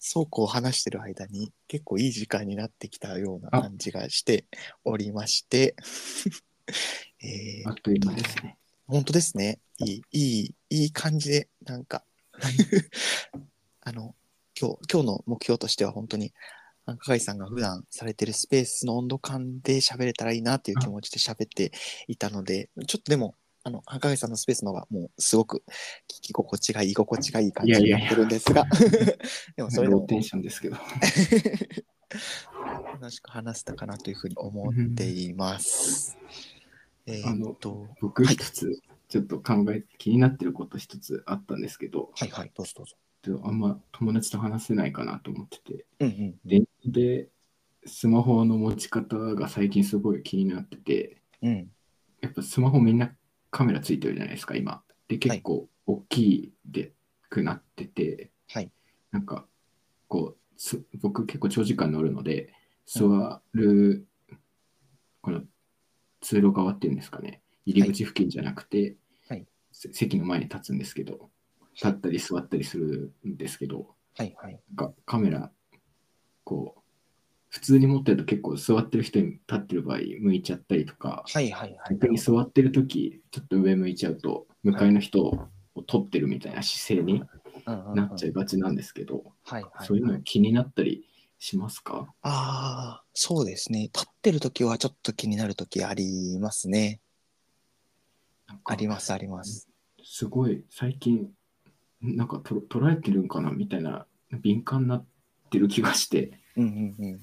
[SPEAKER 1] そうこう話してる間に結構いい時間になってきたような感じがしておりまして、 *laughs* え
[SPEAKER 2] あ
[SPEAKER 1] ー
[SPEAKER 2] っ、という間ですね。
[SPEAKER 1] 本当ですね。いい、いい、いい感じで、なんか、 *laughs* あの、今日、今日の目標としては本当に、繁華街さんが普段されてるスペースの温度感で喋れたらいいなっていう気持ちで喋っていたので、ちょっとでも、あの、繁華街さんのスペースの方がもうすごく聞き心地がいい、居心地がいい感じになってるんですが、 *laughs* でもそれで
[SPEAKER 2] ロー
[SPEAKER 1] も
[SPEAKER 2] テンションですけど。 *laughs*
[SPEAKER 1] 楽しく話せたかなというふうに思っています。えーっと、
[SPEAKER 2] 僕
[SPEAKER 1] はい
[SPEAKER 2] 一つ、ちょっと考え、気になってること一つあったんですけど、
[SPEAKER 1] はいはい、どうぞどうぞ。
[SPEAKER 2] ちょっとあんま友達と話せないかなと思ってて、
[SPEAKER 1] うんうん
[SPEAKER 2] で、でスマホの持ち方が最近すごい気になってて、
[SPEAKER 1] うん。うん。
[SPEAKER 2] やっぱスマホみんなカメラついてるじゃないですか、今。で、結構大きいでくなってて、
[SPEAKER 1] はい
[SPEAKER 2] なんか、こう、す僕結構長時間乗るので、座る、この通路側っていうんですかね、入り口付近じゃなくて、
[SPEAKER 1] はい
[SPEAKER 2] せ席の前に立つんですけど、立ったり座ったりするんですけど、
[SPEAKER 1] はいはい。
[SPEAKER 2] なんかカメラ、こう、普通に持ってると結構座ってる人に立ってる場合、向いちゃったりとか、
[SPEAKER 1] はいはいはい。
[SPEAKER 2] 逆に座ってる時ちょっと上向いちゃうと向かいの人を撮ってるみたいな姿勢になっちゃいがちなんですけど、
[SPEAKER 1] はいはい。
[SPEAKER 2] そういうの気になったりしますか、
[SPEAKER 1] ああ、そうですね。立ってる時はちょっと気になる時ありますね。
[SPEAKER 2] なんか
[SPEAKER 1] ありますあります。
[SPEAKER 2] すごい最近なんかと捉えてるんかなみたいな敏感になってる気がして、
[SPEAKER 1] うんうんうん。
[SPEAKER 2] うん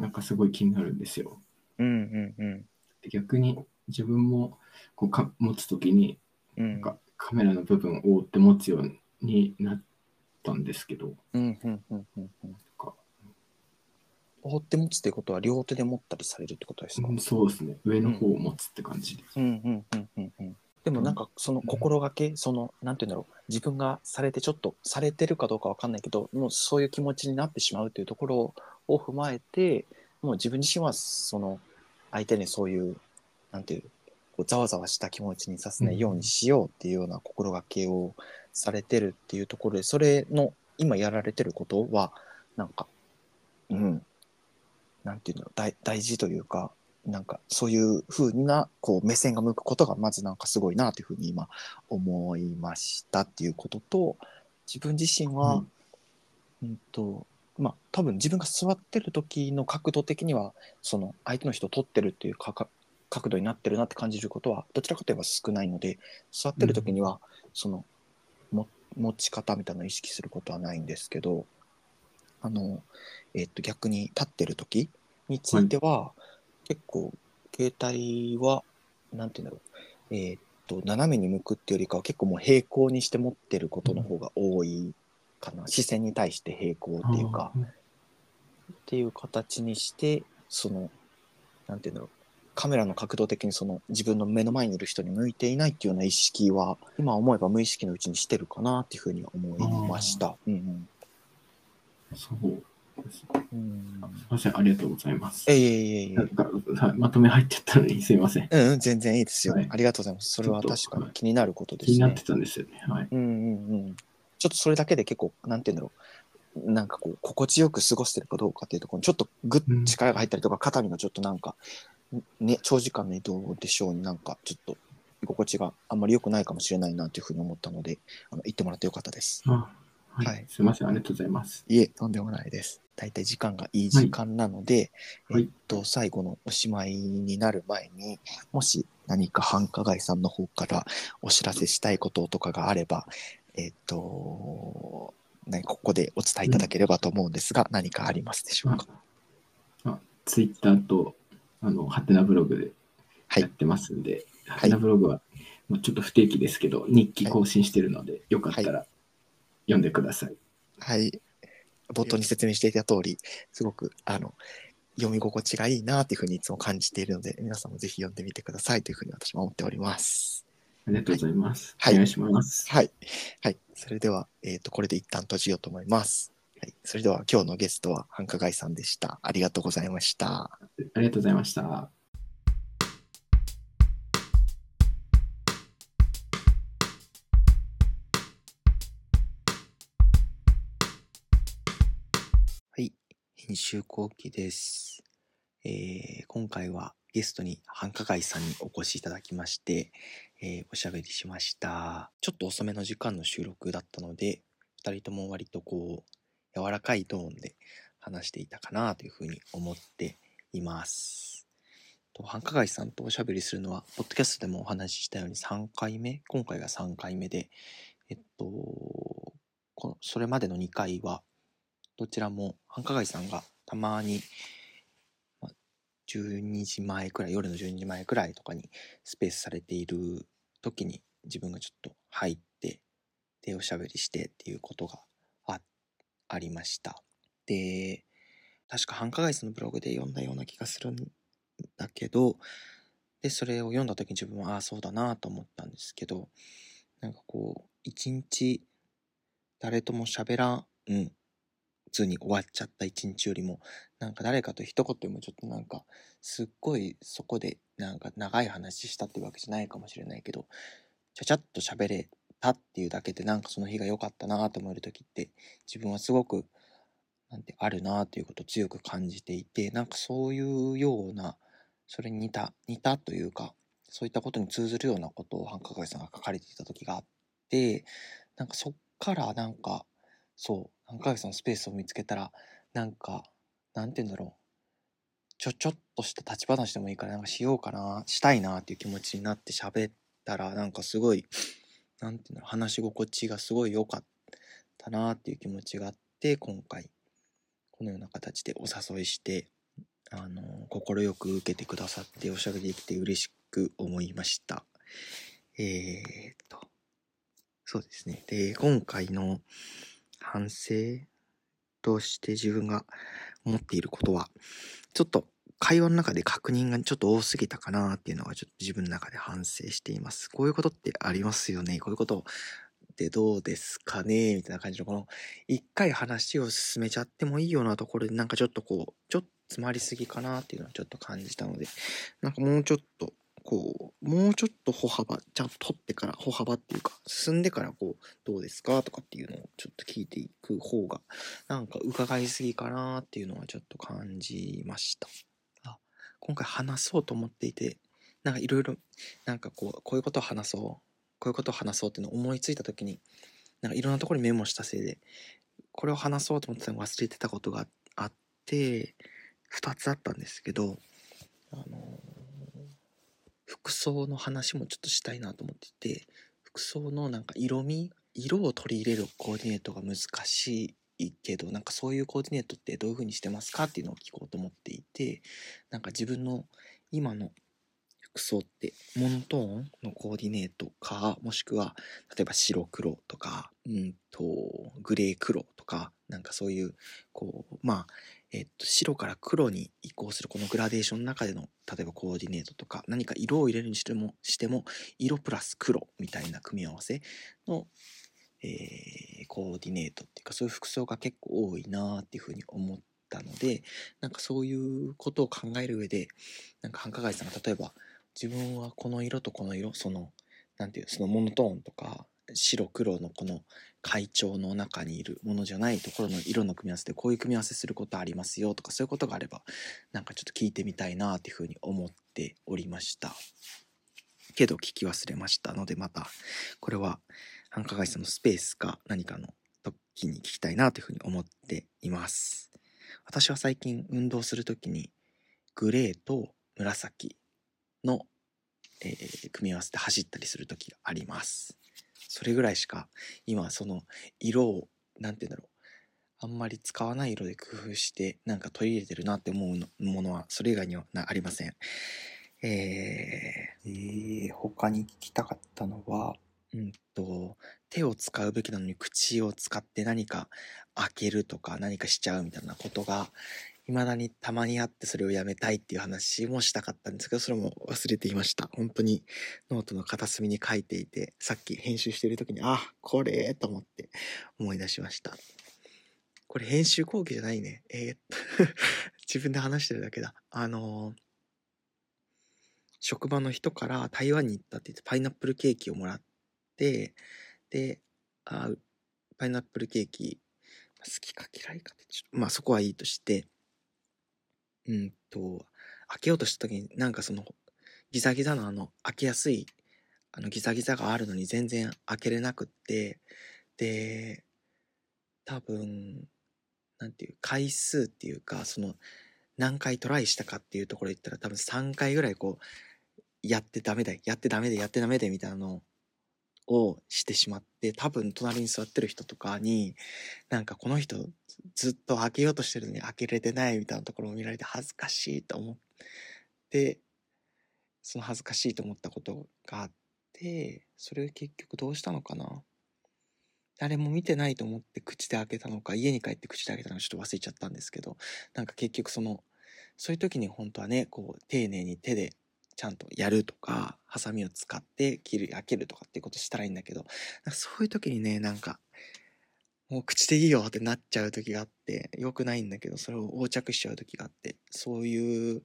[SPEAKER 2] なんかすごい気になるんですよ。
[SPEAKER 1] うんうんうん。
[SPEAKER 2] で逆に自分もこうか持つ時に
[SPEAKER 1] うん
[SPEAKER 2] なんかカメラの部分を覆って持つようになったんですけど、
[SPEAKER 1] うんうんうんうんうん
[SPEAKER 2] か。
[SPEAKER 1] 放って持つってことは両手で持ったりされるってことですか
[SPEAKER 2] うんそうですね上の方を持つって感じで
[SPEAKER 1] うんうんうんうんうん。でもなんかその心がけ、そのなんて言うんだろう自分がされてちょっとされてるかどうかわかんないけどもうそういう気持ちになってしまうというところを踏まえてもう自分自身はその相手にそういうなんていうこうざわざわした気持ちにさせないようにしようっていうような心がけをされてるっていうところでそれの今やられてることはなんかうんなんていうんだろう大大事というかなんかそういう風なこう目線が向くことがまずなんかすごいなというふうに今思いましたっていうことと自分自身は、
[SPEAKER 2] うん
[SPEAKER 1] うんとまあ多分自分が座ってる時の角度的にはその相手の人を取ってるっていうかか角度になってるなって感じることはどちらかといえば少ないので座ってる時にはそのも持ち方みたいなのを意識することはないんですけどあの、えっと逆に立ってる時については、結構携帯はなんていうんだろうえーっと斜めに向くっていうよりかは結構もう平行にして持ってることの方が多いかな、視線に対して平行っていうか、
[SPEAKER 2] あー
[SPEAKER 1] っていう形にしてそのなんていうんだろうカメラの角度的にその自分の目の前にいる人に向いていないっていうような意識は今思えば無意識のうちにしてるかなっていうふうには思いました。うん
[SPEAKER 2] そうですね。
[SPEAKER 1] うんうん
[SPEAKER 2] すみません、ありがとうございます。
[SPEAKER 1] えいえいえいえ
[SPEAKER 2] なんかはいまとめ入っちゃったのにすみません。
[SPEAKER 1] うんうん、全然いいですよ、
[SPEAKER 2] はい
[SPEAKER 1] ありがとうございます。それは確かに気になることです
[SPEAKER 2] 気
[SPEAKER 1] ね。
[SPEAKER 2] になってたんですよね。はい。
[SPEAKER 1] うんうんうん、ちょっとそれだけで結構なんて言うんだろうなんかこう心地よく過ごしてるかどうかっていうところにちょっとぐ
[SPEAKER 2] うん
[SPEAKER 1] っ力が入ったりとか肩にもちょっとなんか、ね、長時間の移動でしょうになんかちょっと居心地があんまり良くないかもしれないなというふうに思ったのであの言ってもらってよかったです。
[SPEAKER 2] あはい
[SPEAKER 1] はい
[SPEAKER 2] すみません、ありがとうございます。
[SPEAKER 1] いえ、とんでもないです。大体時間がいい時間なので、
[SPEAKER 2] はい
[SPEAKER 1] えっと、最後のおしまいになる前に、もし何か繁華街さんの方からお知らせしたいこととかがあれば、えっと、ね、ここでお伝えいただければと思うんですが、何かありますでしょうか。
[SPEAKER 2] あツイッターと、あの、ハテナブログ
[SPEAKER 1] は
[SPEAKER 2] でやっ
[SPEAKER 1] い。
[SPEAKER 2] てますんで、ハテナブログは、まあ、ちょっと不定期ですけど、日記更新してるので、よかったら読んでください。
[SPEAKER 1] はい。冒頭に説明していた通り、すごく、あの、読み心地がいいなというふうにいつも感じているので、皆さんもぜひ読んでみてくださいというふうに私も思っております。
[SPEAKER 2] りがとうございます。
[SPEAKER 1] はい
[SPEAKER 2] お願いします。
[SPEAKER 1] はい。はい。それでは、えっ、と、これで一旦閉じようと思います。はい。それでは、今日のゲストは繁華街さんでした。ありがとうございました。
[SPEAKER 2] ありがとうございました。
[SPEAKER 1] はい、編集後期です、えー今回はゲストに繁華街さんにお越しいただきまして、えーおしゃべりしました。ちょっと遅めの時間の収録だったので、2人とも割とこう、柔らかいトーンで話していたかなというふうに思っています。と繁華街さんとおしゃべりするのは、ポッドキャストでもお話ししたように3回目、今回が3回目で、えっと、このそれまでの2回は、どちらも繁華街さんがたまに、まあ12時前くらい夜の12時前くらいとかにスペースされている時に自分がちょっと入ってでおしゃべりしてっていうことがあありましたで確か繁華街さんのブログで読んだような気がするんだけどでそれを読んだ時に自分はああそうだなと思ったんですけどなんかこう一日誰とも喋らん普通に終わっちゃった一日よりもなんか誰かと一言でもちょっとなんかすっごいそこでなんか長い話したっていうわけじゃないかもしれないけどちゃちゃっと喋れたっていうだけでなんかその日が良かったなと思える時って自分はすごくなんてあるなということを強く感じていてなんかそういうようなそれに似た似たというかそういったことに通ずるようなことを繁華街さんが書かれていた時があってなんかそっからなんかそう繁華街さんのスペースを見つけたらなんかなんて言うんだろうちょちょっとした立ち話でもいいからなんかしようかなしたいなっていう気持ちになって喋ったらなんかすごいなんていうんだろう話し心地がすごい良かったなっていう気持ちがあって今回このような形でお誘いしてあの快く受けてくださっておしゃべりできて嬉しく思いましたえー、っとそうですねで今回の反省として自分が思っていることはちょっと会話の中で確認がちょっと多すぎたかなっていうのはちょっと自分の中で反省していますこういうことってありますよねこういうことってどうですかねみたいな感じのこの一回話を進めちゃってもいいようなところでなんかちょっとこうちょっと詰まりすぎかなっていうのはちょっと感じたのでなんかもうちょっとこうもうちょっと歩幅ちゃんと取ってから歩幅っていうか進んでからこうどうですかとかっていうのをちょっと聞いていく方がなんか伺いすぎかなっていうのはちょっと感じましたあ今回話そうと思っていてなんかいろいろなんかこうこういうことを話そうこういうことを話そうっていうのを思いついた時になんかいろんなところにメモしたせいでこれを話そうと思ってたのを忘れてたことがあって2つあったんですけどあの服装の話もちょっとしたいなと思っていて服装のなんか色味色を取り入れるコーディネートが難しいけどなんかそういうコーディネートってどういう風にしてますかっていうのを聞こうと思っていてなんか自分の今の服装ってモノトーンのコーディネートかもしくは例えば白黒とか、うん、とグレー黒とかなんかそういうこうまあ、えっと、白から黒に移行するこのグラデーションの中での例えばコーディネートとか何か色を入れるにしてもしても色プラス黒みたいな組み合わせの、えーコーディネートっていうかそういう服装が結構多いなーっていうふうに思ったのでなんかそういうことを考える上でなんか繁華街さんが例えば自分はこの色とこの色そのなんていうそのモノトーンとか白黒のこの会長の中にいるものじゃないところの色の組み合わせでこういう組み合わせすることありますよとかそういうことがあればなんかちょっと聞いてみたいなっていうふうに思っておりましたけど聞き忘れましたのでまたこれは繁華街さんのスペースか何かの時に聞きたいなというふうに思っています私は最近運動する時にグレーと紫のえー組み合わせて走ったりする時があります。それぐらいしか今その色を何て言うんだろうあんまり使わない色で工夫してなんか取り入れてるなって思うのものはそれ以外にはなありません。えーえー他に聞きたかったのはうんと、手を使うべきなのに口を使って何か開けるとか何かしちゃうみたいなことが、未だにたまにあってそれをやめたいっていう話もしたかったんですけど、それも忘れていました。本当にノートの片隅に書いていて、さっき編集している時に、あ、これと思って思い出しました。これ編集後期じゃないね。えー *laughs* っと、自分で話してるだけだ。あのー職場の人から台湾に行ったって言ってパイナップルケーキをもらって、で、あパイナップルケーキ、好きか嫌いかってちょっと、まあそこはいいとして、うんと、開けようとした時になんかその、ギザギザのあの、開けやすい、あのギザギザがあるのに全然開けれなくって、で、多分、なんていう、回数っていうか、その、何回トライしたかっていうところで言ったら多分3回ぐらいこう、やってダメだ、やってダメで、やってダメでみたいなのをしてしまって、多分隣に座ってる人とかに、なんかこの人ずずっと開けようとしてるのに開けれてないみたいなところを見られて恥ずかしいと思って、その恥ずかしいと思ったことがあって、それ結局どうしたのかな誰も見てないと思って口で開けたのか、家に帰って口で開けたのかちょっと忘れちゃったんですけど、なんか結局その、そういう時に本当はね、こう、丁寧に手でちゃんとやるとか、ハサミを使って切る、開けるとかっていうことしたらいいんだけど、なんかそういう時にね、なんか、もう口でいいよってなっちゃう時があって、良くないんだけど、それを横着しちゃう時があって、そういう、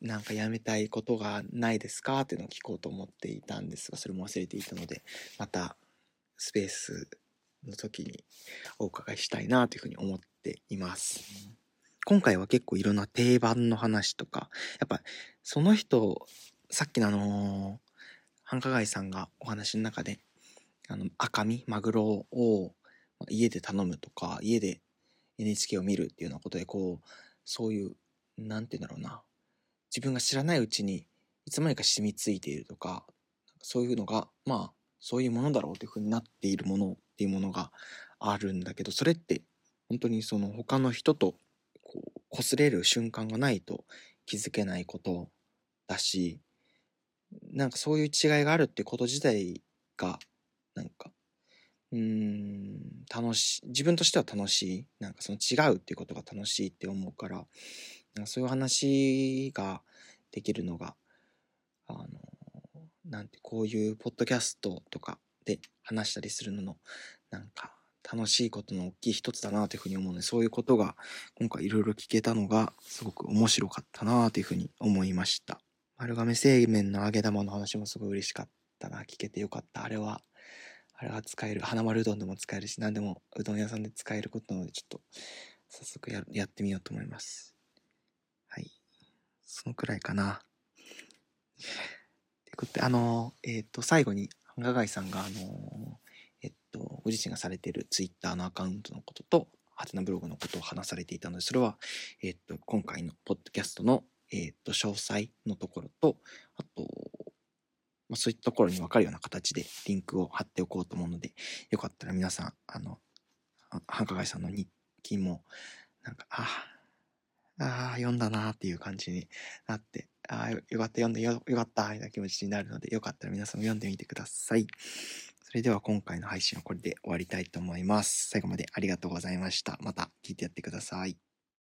[SPEAKER 1] なんかやめたいことがないですかっていうのを聞こうと思っていたんですが、それも忘れていたので、また、スペースの時にお伺いしたいなというふうに思っています。今回は結構いろんな定番の話とか、やっぱその人、さっきのあのー繁華街さんがお話の中で、あの、赤身、マグロを家で頼むとか、家で NHK を見るっていうようなことで、こう、そういう、なんて言うんだろうな、自分が知らないうちにいつまでか染みついているとか、そういうのが、まあ、そういうものだろうというふうになっているものっていうものがあるんだけど、それって本当にその他の人とこう、擦れる瞬間がないと気づけないことだし、なんかそういう違いがあるってこと自体が、なんか、うーん、楽しい、自分としては楽しい、なんかその違うっていうことが楽しいって思うから、なんかそういう話ができるのが、あの、なんて、こういうポッドキャストとかで話したりするのの、なんか、楽しいことの大きい一つだなというふうに思うので、そういうことが今回いろいろ聞けたのがすごく面白かったなというふうに思いました。丸亀製麺の揚げ玉の話もすごい嬉しかったな。聞けてよかった。あれは、あれは使える。花丸うどんでも使えるし、何でもうどん屋さんで使えることなので、ちょっと早速ややってみようと思います。はい。そのくらいかな。ってことで、あの、えっ、と、最後に、ハンガガイさんが、あの、えっと、ご自身がされているツイッターのアカウントのことと、ハテナブログのことを話されていたので、それは、えっと、今回のポッドキャストの、えっと、詳細のところと、あと、まあ、そういったところに分かるような形でリンクを貼っておこうと思うので、よかったら皆さん、あの、あ繁華街さんの日記も、なんか、ああ、ああ、読んだなーっていう感じになって、ああ、よよかった、読んでよ、よかった、みたいな気持ちになるので、よかったら皆さんも読んでみてください。それでは今回の配信はこれで終わりたいと思います。最後までありがとうございました。また聞いてやってください。